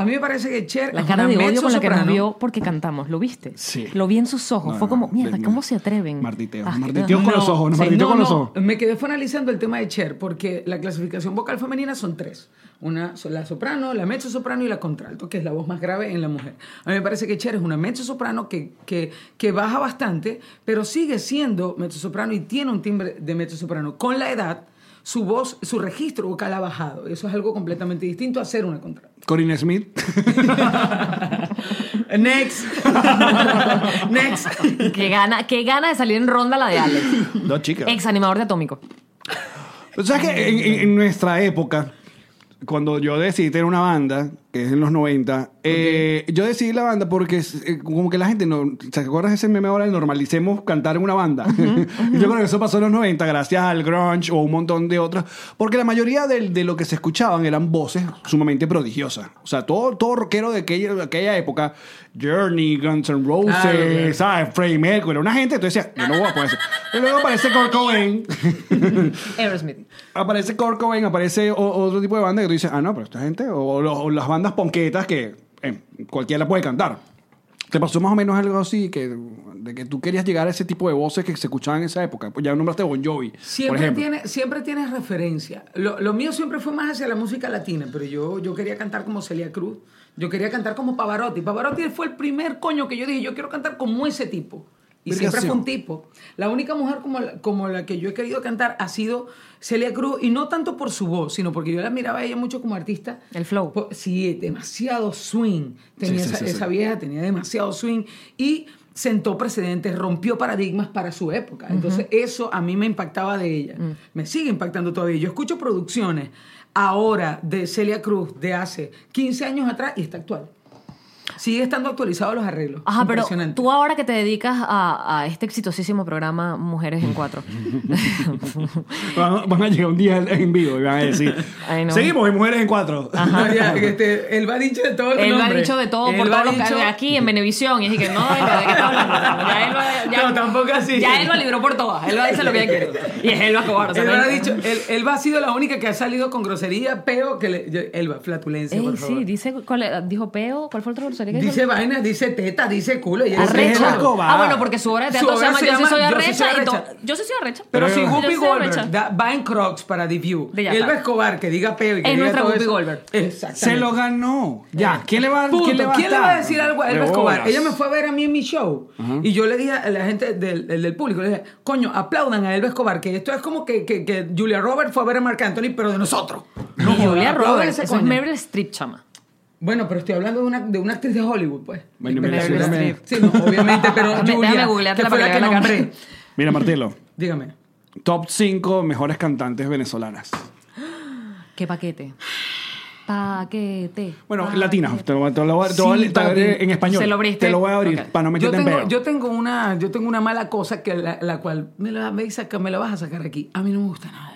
S4: A mí me parece que Cher
S3: La
S4: es
S3: cara
S4: una
S3: de odio con la que nos
S4: mezzosoprano.
S3: vio porque cantamos, ¿lo viste?
S1: Sí.
S3: Lo vi en sus ojos,
S1: No,
S3: fue
S1: no,
S3: como,
S1: no,
S3: mierda,
S1: de-
S3: ¿cómo se atreven?
S1: Martiteo,
S3: Ah,
S1: martiteo con los ojos, nos
S4: Sí,
S1: martiteo
S4: no,
S1: con los
S4: no,
S1: ojos.
S4: Me quedé fue analizando el tema de Cher, porque la clasificación vocal femenina son tres. Una, so- la soprano, la mezzo soprano y la contralto, que es la voz más grave en la mujer. A mí me parece que Cher es una mezzo soprano que, que, que baja bastante, pero sigue siendo mezzo soprano y tiene un timbre de mezzo soprano. Con la edad, su voz, su registro vocal ha bajado. Eso es algo completamente distinto a ser una contralto. (laughs)
S1: Corinne Smith. (laughs)
S4: Next. (laughs) Next.
S3: Qué gana, qué gana de salir en ronda la
S1: (laughs)
S3: de Alex.
S1: No, chica.
S3: Ex animador de Atómico.
S1: O sea que en, en- en nuestra época, cuando yo decidí tener una banda, que es en los 90, eh, yo decidí la banda porque es, eh, como que la gente no. ¿Te acuerdas de ese meme ahora de normalicemos cantar en una banda? (laughs) yo creo que eso pasó en los 90, gracias al grunge o un montón de otras, porque la mayoría del- de, lo que se escuchaban eran voces sumamente prodigiosas. O sea, todo, todo rockero de aquella, de aquella época, Journey, Guns N' Roses,
S4: Claro, claro.
S1: ¿sabes? Freddie Mercury, una gente, tú decías, yo no voy a poder hacer. Y luego aparece Kurt Cobain. (laughs)
S3: Aerosmith.
S1: Aparece Kurt Cobain, aparece o- otro tipo de banda que tú dices, ah, no, pero esta gente, o, o los- o las bandas ponquetas que eh, cualquiera puede cantar. ¿Te pasó más o menos algo así, que, de que tú querías llegar a ese tipo de voces que se escuchaban en esa época? Pues ya nombraste Bon Jovi, por
S4: Siempre,
S1: ejemplo.
S4: tiene, siempre tienes referencia. Lo, lo mío siempre fue más hacia la música latina, pero yo, yo quería cantar como Celia Cruz. Yo quería cantar como Pavarotti. Pavarotti fue el primer coño que yo dije, yo quiero cantar como ese tipo. Y
S1: Vergación.
S4: siempre fue un tipo. La única mujer como la, como la que yo he querido cantar ha sido Celia Cruz, y no tanto por su voz, sino porque yo la miraba a ella mucho como artista.
S3: El flow.
S4: Po- Sí, demasiado swing. Tenía
S1: sí,
S4: esa,
S1: sí, sí.
S4: esa vieja tenía demasiado swing y sentó precedentes, rompió paradigmas para su época. Entonces, eso a mí me impactaba de ella.
S3: Mm.
S4: Me sigue impactando todavía. Yo escucho producciones ahora de Celia Cruz de hace 15 años atrás y está actual. Sigue estando actualizados los arreglos.
S3: Ajá, pero
S4: Impresionante. (laughs)
S3: tú ahora que te dedicas a, a este exitosísimo programa Mujeres en
S1: (laughs)
S3: Cuatro.
S1: Van, van a llegar un día en vivo y van a
S4: (laughs)
S1: decir,
S3: Ay, no.
S1: seguimos en Mujeres en Cuatro.
S4: Ah, María, este, él va dicho de todo (laughs) el
S3: Él lo ha
S4: nombre.
S3: dicho de todo por
S4: Él lo ha
S3: todos los
S4: dicho-
S3: canales aquí en Venevisión. Y es que no, ¿de qué está hablando? Ya él lo- ya-
S4: (laughs) No, tampoco así.
S3: Ya él lo libró por todas. Él va a decir lo que ella quiere. Y es Elba Cobarde. o sea, no
S4: Elba,
S3: hay-
S4: ha dicho, El- Elba ha sido la única que ha salido con grosería, peo, que le, yo- Elba, flatulencia,
S3: Ey,
S4: por favor.
S3: sí, dice, ¿cuál era? dijo peo, ¿cuál fue el otro grosería que dijo?
S4: Dice vaina, dice teta, dice culo. Y ella dice
S3: Arrecha.
S4: algo.
S1: cobarde.
S3: Ah, bueno, porque su obra de teatro
S4: Su
S3: se
S4: obra
S3: llama
S4: se
S3: Yo sí
S4: llama
S3: soy
S4: Yo sí soy
S3: arrecha. y
S4: arrecha.
S3: to- Yo sí soy arrecha.
S4: Pero si
S3: Yo sí
S4: Guppy
S3: soy
S4: Goldberg
S3: arrecha.
S4: da- va en Crocs para The View,
S3: De ya
S4: y Elba
S3: está.
S4: Escobar que diga peo y que
S3: Es
S4: diga
S3: nuestra
S4: todo
S3: Guppy
S4: eso.
S3: Goldberg.
S4: Exactamente.
S1: (laughs) Se lo ganó. Ya, ¿quién le va,
S4: Eh, Punto.
S1: ¿quién le va, a
S4: va a
S1: estar?
S4: decir algo a Elba
S1: De
S4: Escobar?
S1: bolas.
S4: Ella me fue a ver a mí en mi show. Y yo le dije a la gente del, del- del público, le dije, coño, aplaudan a Elba Escobar, que esto es como que, que- que Julia Roberts fue a ver a Marc Anthony, pero de nosotros. No,
S3: Y Julia
S4: aplaudan
S3: Roberts,
S4: ese
S3: eso es
S4: coño.
S3: Meryl Streep, chama.
S4: Bueno, pero estoy hablando de una, de una actriz de Hollywood, pues.
S1: Bueno,
S4: Meryl
S1: Meryl Streep.
S4: Streep. Sí, no, obviamente, pero
S3: (laughs) Déjame- déjame
S4: Julia,
S3: googlearte
S4: que
S3: la
S4: fue la que
S3: palabra en la cara.
S4: nombré.
S1: Mira, Martelo,
S4: Dígame.
S1: top 5 mejores cantantes venezolanas.
S3: ¿Qué paquete? Paquete.
S1: Bueno,
S3: paquete.
S1: latinas. Te lo, te lo voy a- te lo voy a-
S4: Sí,
S1: te lo voy a abrir
S4: papi.
S1: en español.
S3: Se lo abriste.
S1: Te lo voy a abrir
S3: Ok.
S1: para Ah, no
S4: Yo
S1: meterte en
S4: tengo,
S1: peo.
S4: yo, tengo una, yo tengo una mala cosa que la, la cual me la, me, saca- me la vas a sacar aquí. A mí no me gusta nada.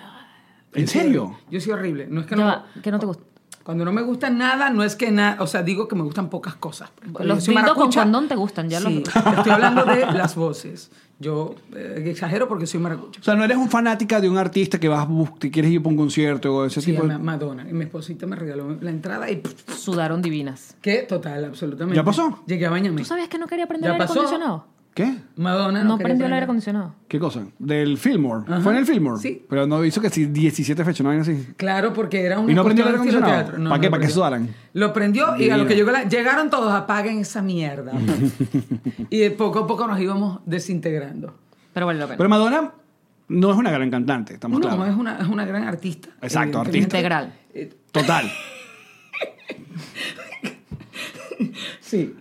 S1: ¿En serio?
S4: Yo soy horrible. No es que
S3: Ya
S4: no,
S3: va, ¿Qué no te gusta?
S4: Cuando no me gusta nada, no es que nada. O sea, digo que me gustan pocas cosas. Yo
S3: Los
S4: soy
S3: dildos con
S4: maracucha.
S3: condón te gustan, ya
S4: Sí,
S3: los-
S4: Estoy hablando de las voces. Yo eh, exagero porque soy maracucha.
S1: O sea, no eres un fanática de un artista que vas, bus- que quieres ir para un concierto o ese
S4: Sí,
S1: Este tipo.
S4: Ma-
S1: de-
S4: Madonna. Y mi esposita me regaló la entrada y.
S3: Sudaron divinas.
S4: Que total, absolutamente.
S1: ¿Ya pasó?
S4: Llegué a bañarme.
S3: ¿Tú sabías que no quería prender
S4: ¿Ya
S3: el aire
S4: pasó?
S3: acondicionado?
S1: ¿Qué? Ah,
S4: Madonna
S3: No
S4: quería
S3: prendió el
S4: prender.
S3: aire acondicionado.
S1: ¿Qué cosa? Del Fillmore.
S4: Ajá.
S1: Fue en el Fillmore.
S4: Sí.
S1: Pero no hizo que sí 17 fechas, no hay así.
S4: Claro, porque era un
S1: ¿Y no prendió el aire
S4: estilo
S1: acondicionado?
S4: teatro. No,
S1: ¿Para
S4: no
S1: qué?
S4: lo
S1: ¿Para qué
S4: prendió.
S1: sudaran?
S4: Lo prendió y a lo
S1: Mira.
S4: que llegó la- llegaron todos, apaguen esa
S1: (laughs)
S4: mierda. y de poco a poco nos íbamos desintegrando.
S3: Pero vale la pena.
S1: Pero Madonna no es una gran cantante, estamos
S4: No,
S1: claros.
S4: es, una, es una gran artista. Eh,
S1: Exacto,
S4: evidentemente.
S1: artista.
S3: Integral.
S1: Total.
S4: (laughs) Sí,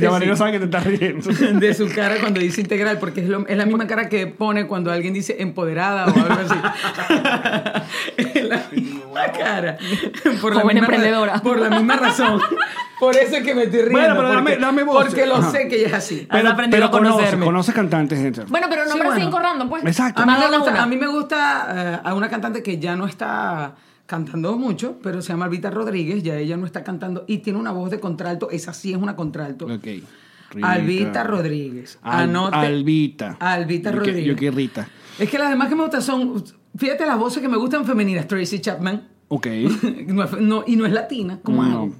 S1: (laughs) Ya Mariano
S4: sí.
S1: sabe que te estás riendo.
S4: (laughs) De su cara cuando dice integral, porque es, lo- es la misma cara que pone cuando alguien dice empoderada o algo así. (laughs) es la misma cara. Por
S3: Joven
S4: ra-
S3: emprendedora.
S4: por la misma razón. Por eso es que me estoy riendo.
S1: Bueno, pero
S4: porque,
S1: dame- dame voces.
S4: Porque lo
S1: Ajá.
S4: sé que ella es así.
S3: Has aprendido a
S1: conoce-
S3: conocerme.
S1: conoce cantantes, gente.
S3: Bueno, pero nombra
S4: bueno.
S3: cinco random, pues.
S1: Exacto.
S4: A mí, me
S3: Mándame
S4: gusta,
S3: una.
S4: a mí me gusta, eh, a una cantante que ya no está cantando mucho, pero se llama Alvita Rodríguez, ya ella no está cantando y tiene una voz de contralto, esa sí es una contralto.
S1: Ok. Rita.
S4: Alvita Rodríguez.
S1: Al-
S4: Anote-
S1: Alvita.
S4: Alvita
S1: Yo que-
S4: Rodríguez.
S1: Yo que Rita.
S4: Es que las demás que me gustan son, fíjate las voces que me gustan femeninas, Tracy Chapman,
S1: Ok.
S4: (laughs)
S1: Mm.
S4: No es fe- no- y no es latina, como
S1: Wow.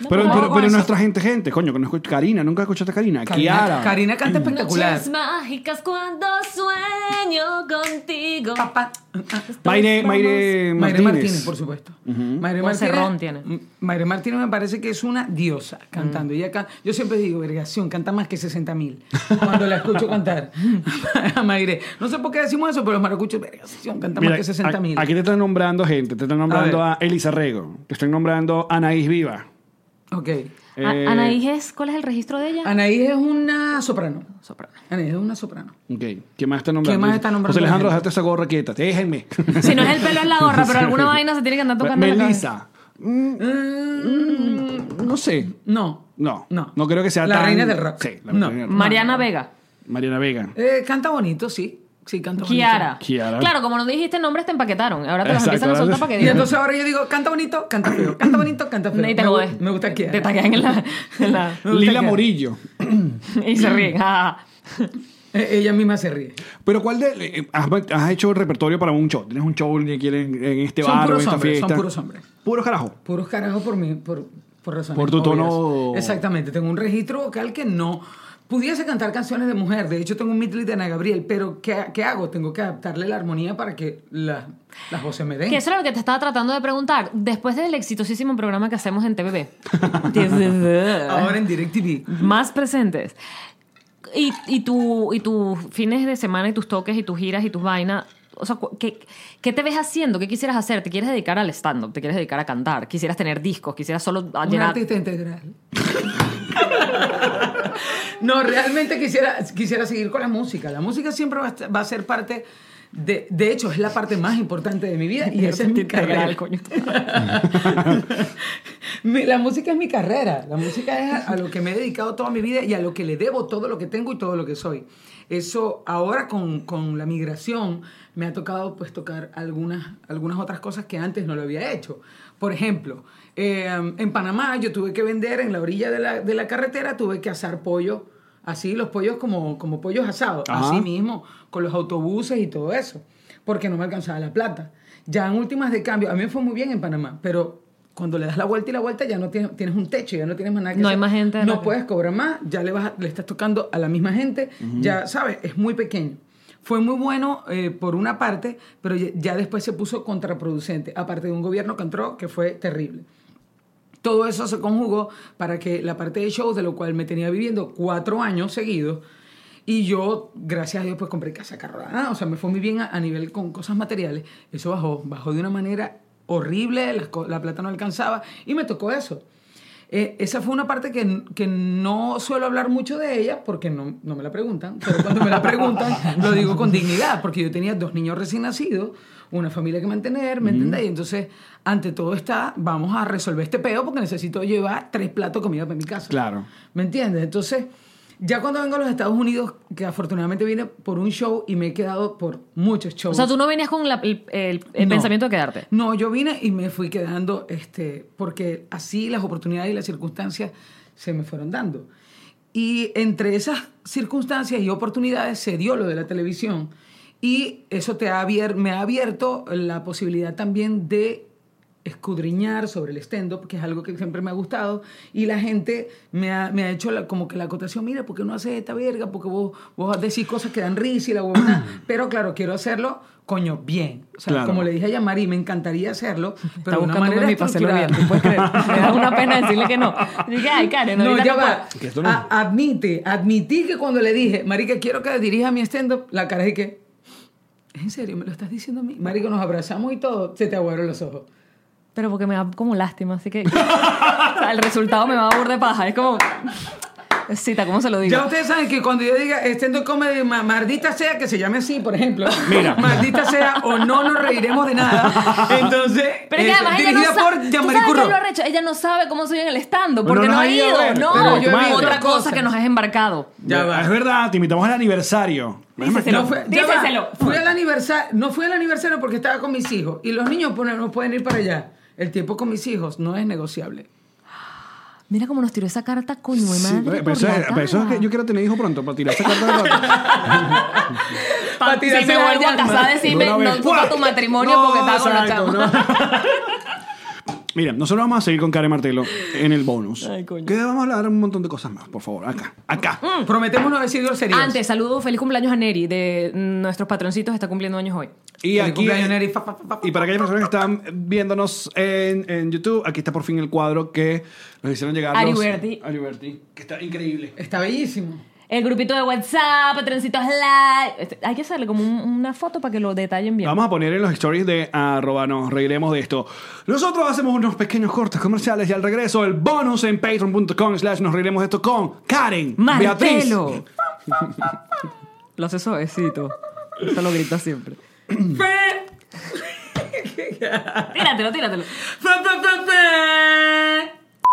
S4: No,
S1: Pero,
S4: no,
S1: pero,
S4: no,
S1: pero
S4: eso-
S1: nuestra gente, gente, coño, que no escucha Karina, nunca escuchaste a Karina. Kiara. Mm.
S4: Karina, Karina canta espectacular.
S2: Noches mágicas cuando sueño contigo.
S1: Ah,
S4: Papá.
S1: Mayre, Mayre Eh, Martínez.
S4: Mayre Martínez, por supuesto. Mayre
S3: Monserrón tiene. Mm.
S4: M- Mayre Martínez me parece que es una diosa cantando. Ella can- yo siempre digo, vergación, canta más que 60 mil. Cuando la escucho cantar (laughs) a Mayre. No sé por qué decimos eso, pero los maracuchos, vergación, canta
S1: Mira,
S4: más que 60 mil.
S1: a- Aquí te están nombrando gente. Te están nombrando
S4: A
S1: a,
S4: ver.
S1: Elisa Rego. Te están nombrando a Anaís Viva.
S4: Ok.
S3: A-
S1: Eh,
S3: Anaís, es- Ah, ¿cuál es el registro de ella?
S4: Anaís es una soprano.
S3: Soprano.
S4: Anaís es una soprano.
S1: Ok. ¿Quién más está nombrando?
S4: ¿Quién más está nombrando
S1: José Alejandro,
S4: la gente?
S1: dejate esa gorra quieta. Déjenme.
S3: Si no es el pelo,
S1: (laughs)
S3: es la gorra, pero alguna vaina se tiene que andar tocando. en la cabeza.
S1: Melissa. Mm, mm, no sé.
S4: No.
S1: No.
S4: No.
S1: No creo que sea
S4: La
S1: tan-
S4: reina del rock.
S1: Sí, la
S4: No.
S1: reina del rock.
S3: Mariana Vega.
S1: Mariana Vega.
S4: Eh, canta bonito, sí. Sí, canta bonito.
S3: Kiara.
S1: Kiara.
S3: Claro, como no dijiste nombres, te empaquetaron. Ahora te los
S1: Exacto,
S3: empiezan a soltar
S1: ahora-
S3: para que
S4: Y
S1: (laughs)
S3: digas.
S4: entonces ahora yo digo, canta bonito, canta feo, canta bonito, canta feo.
S3: Y te
S4: me, gu-
S3: jodes.
S4: me gusta Kiara.
S3: Te taquean en la. en la-
S1: (laughs)
S4: Me gusta
S1: Lila
S4: que-
S1: Morillo.
S3: y se ríen. Ah.
S4: Eh, Ella misma se ríe.
S1: Pero ¿cuál de eh, has, has hecho el repertorio para un show? ¿Tienes un show que quieren en este
S4: Son
S1: bar o en
S4: puros
S1: esta
S4: hombres, son
S1: fiesta?
S4: puros hombres.
S1: Puros carajo.
S4: Puros carajos por mí, por, por razones
S1: Por tu tono-
S4: obvias. Exactamente. Tengo un registro vocal que no... Pudiese cantar canciones de mujer. De hecho, tengo un medley de Ana Gabriel. Pero, ¿qué, qué hago? Tengo que adaptarle la armonía para que la- las voces me den.
S3: Que eso era lo que te estaba tratando de preguntar. Después del exitosísimo programa que hacemos en
S4: (laughs)
S3: TVB.
S4: Ahora en DirecTV.
S3: más presentes. Y, y, tu, y tus fines de semana y tus toques y tus giras y tus vainas. O sea, cu- ¿qué, ¿qué te ves haciendo? ¿Qué quisieras hacer? ¿Te quieres dedicar al stand-up? ¿Te quieres dedicar a cantar? ¿Quisieras tener discos? ¿Quisieras solo a
S4: Un
S3: llenar?
S4: artista integral. (laughs) no, realmente quisiera, quisiera seguir con la música. La música siempre va a, est- va a ser parte... De, de hecho, es la parte más importante de mi vida y esa es mi
S3: Integral,
S4: carrera. (laughs)
S3: coño.
S4: Mi- la música es mi carrera. La música es a, a lo que me he dedicado toda mi vida y a lo que le debo todo lo que tengo y todo lo que soy. Eso ahora con, con la migración me ha tocado pues tocar algunas, algunas otras cosas que antes no lo había hecho. Por ejemplo, eh, en Panamá yo tuve que vender en la orilla de la, de la carretera, tuve que asar pollo, así los pollos como, como pollos asados,
S1: Ajá.
S4: así mismo, con los autobuses y todo eso, porque no me alcanzaba la plata. Ya en últimas de cambio, a mí me fue muy bien en Panamá, pero cuando le das la vuelta y la vuelta ya no tienes, tienes un techo, ya no tienes más nada que
S3: No hay
S4: hacer.
S3: más gente de la
S4: No
S3: que-
S4: puedes cobrar más, ya le, vas a- le estás tocando a la misma gente, ya sabes, es muy pequeño. Fue muy bueno eh, por una parte, pero ya, ya después se puso contraproducente, aparte de un gobierno que entró que fue terrible. Todo eso se conjugó para que la parte de shows, de lo cual me tenía viviendo cuatro años seguidos, y yo, gracias a Dios, pues compré casa, carro, ah, o sea, me fue muy bien a, a nivel con cosas materiales. Eso bajó, bajó de una manera horrible, las co- la plata no alcanzaba, y me tocó eso. Eh, esa fue una parte que, n- que no suelo hablar mucho de ella porque no, no me la preguntan, pero cuando me la preguntan lo digo con dignidad, porque yo tenía dos niños recién nacidos, una familia que mantener, ¿me entendéis? Entonces, ante todo está, vamos a resolver este peo porque necesito llevar tres platos de comida para mi casa.
S1: Claro.
S4: ¿Me entiendes? Entonces, ya cuando vengo a los Estados Unidos, que afortunadamente vine por un show y me he quedado por muchos
S3: O
S4: shows.
S3: sea, tú no venías con la- el, el- el
S4: No.
S3: pensamiento de quedarte.
S4: No, yo vine y me fui quedando, este, porque así las oportunidades y las circunstancias se me fueron dando. Y entre esas circunstancias y oportunidades se dio lo de la televisión. Y eso te ha abier- me ha abierto la posibilidad también de escudriñar sobre el stand-up, que es algo que siempre me ha gustado, y la gente me ha, me ha hecho la- como que la acotación, mira, ¿por qué no haces esta verga? Porque vos, vos decís cosas que dan risa y la huevona, pero claro, quiero hacerlo, coño, bien. O sea,
S1: Claro.
S4: como le dije a Yamari, me encantaría hacerlo, pero
S3: Está
S4: de una
S3: buscando
S4: manera
S3: mami para hacerlo bien,
S4: estructurada.
S3: tú puedes creer.
S4: (laughs)
S3: Me da una pena decirle que no. Dije, ay, Karen,
S4: No,
S3: ahorita
S4: ya
S3: no
S4: va.
S1: Que esto no-
S4: A- admite, admití que cuando le dije, Marica, quiero que dirija mi stand-up, la cara es que, ¿es en serio? ¿Me lo estás diciendo a mí? Marico, nos abrazamos y todo, se te aguaron los ojos.
S3: Pero porque me da como lástima, así que. (laughs) o sea, el resultado me va a burda de paja. Es como. Cita, ¿cómo se lo digo?
S4: Ya ustedes saben que cuando yo diga estendo comedy, ma- maldita sea que se llame así, por ejemplo.
S1: (laughs) Mira.
S4: Maldita sea o no nos reiremos
S1: (laughs)
S4: de nada. Entonces,
S3: Pero es que
S4: eh,
S3: además ella
S4: dirigida
S3: no sabe.
S4: por
S3: ¿Tú
S4: Yamari
S3: sabes qué es
S4: Curro.
S3: lo arrecho? Ella no sabe cómo soy en el estando
S1: Bueno,
S3: porque
S1: no
S3: no,
S1: nos
S3: ha
S1: has ido
S3: ido.
S1: a ver,
S3: no,
S1: pero yo he visto
S3: otra cosa
S4: cosas.
S3: que nos has embarcado.
S4: Ya va.
S1: Es verdad, te invitamos al aniversario.
S4: No fue, ya va.
S3: Díseselo.
S4: Fui al aniversario, no fui al aniversario porque estaba con mis hijos y los niños pues, no pueden ir para allá. El tiempo con mis hijos no es negociable.
S3: Mira cómo nos tiró esa carta, coño, de
S1: Sí,
S3: madre.
S1: pero
S3: por
S1: eso,
S3: la
S1: es- pero eso es
S3: cara.
S1: que yo quiero tener hijos pronto para tirar esa
S3: (laughs)
S1: carta de rato.
S3: Pa-
S4: tirar
S3: si me
S4: ese
S3: vuelvo a
S4: guayán,
S3: casar,
S4: madre.
S3: decime,
S1: Una
S3: no
S1: vez.
S3: ocupa tu matrimonio
S1: No,
S3: porque estaba con la
S1: exacto,
S3: chama.
S1: no. (laughs) Mira, nosotros vamos a seguir con Karen Martelo en el bonus. Que vamos a hablar un montón de cosas más, por favor. Acá, acá.
S3: Mm.
S4: Mm. Prometemos no decir groserías.
S3: Antes, saludo, feliz cumpleaños a Neri, de nuestros patroncitos, está cumpliendo años hoy.
S1: Y
S4: Feliz
S1: aquí.
S4: cumpleaños, Neri. Fa, fa, fa, fa,
S1: Y para aquellas personas que están viéndonos en, en YouTube, aquí está por fin el cuadro que nos hicieron llegar. los-
S3: Ariberti.
S1: Ariberti, que está increíble.
S4: Está bellísimo.
S3: El grupito de WhatsApp, patroncitos live. Este, Hay que hacerle como un- una foto para que lo detallen bien.
S1: Vamos a poner en los stories de arroba nos reiremos de esto. Nosotros hacemos unos pequeños cortes comerciales y al regreso el bonus en patreon.com slash nos reiremos de esto con Karen Beatriz.
S3: (laughs) Martelo. lo hace suavecito. Eso lo grita siempre. tíratelo, tíratelo.
S4: Fa, fa, fa, fa.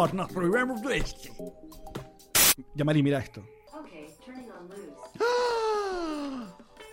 S1: Nos Reiremos de Esto. Jean Marie, mira esto.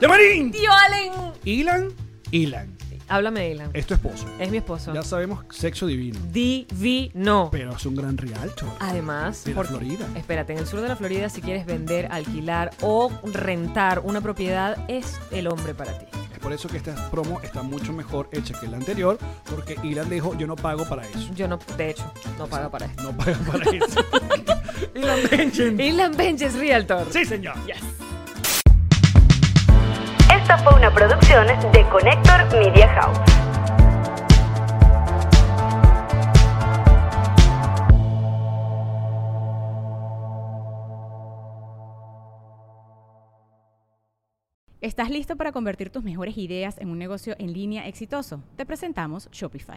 S1: ¡Llamarín!
S3: ¡Tío Allen!
S1: Ilan, Ilan,
S3: Háblame de Ilan.
S1: es tu esposo.
S3: Es mi esposo.
S1: Eh, Ya sabemos, sexo divino.
S3: Divino.
S1: Pero es un gran rialto.
S3: Además,
S1: De la
S3: porque-
S1: Florida.
S3: Espérate, en el sur de la Florida, si quieres vender, alquilar o rentar una propiedad, es el hombre para ti.
S1: Es por eso que esta promo está mucho mejor hecha que la anterior, porque Ilan dijo, yo no pago para eso.
S3: Yo no, de hecho, no pago para esto.
S1: No paga para eso. y la mention.
S3: Inland Benches Realtor.
S1: Sí, señor.
S6: Esta fue una producción de Connector Media House.
S7: ¿Estás listo para convertir tus mejores ideas en un negocio en línea exitoso? Te presentamos Shopify.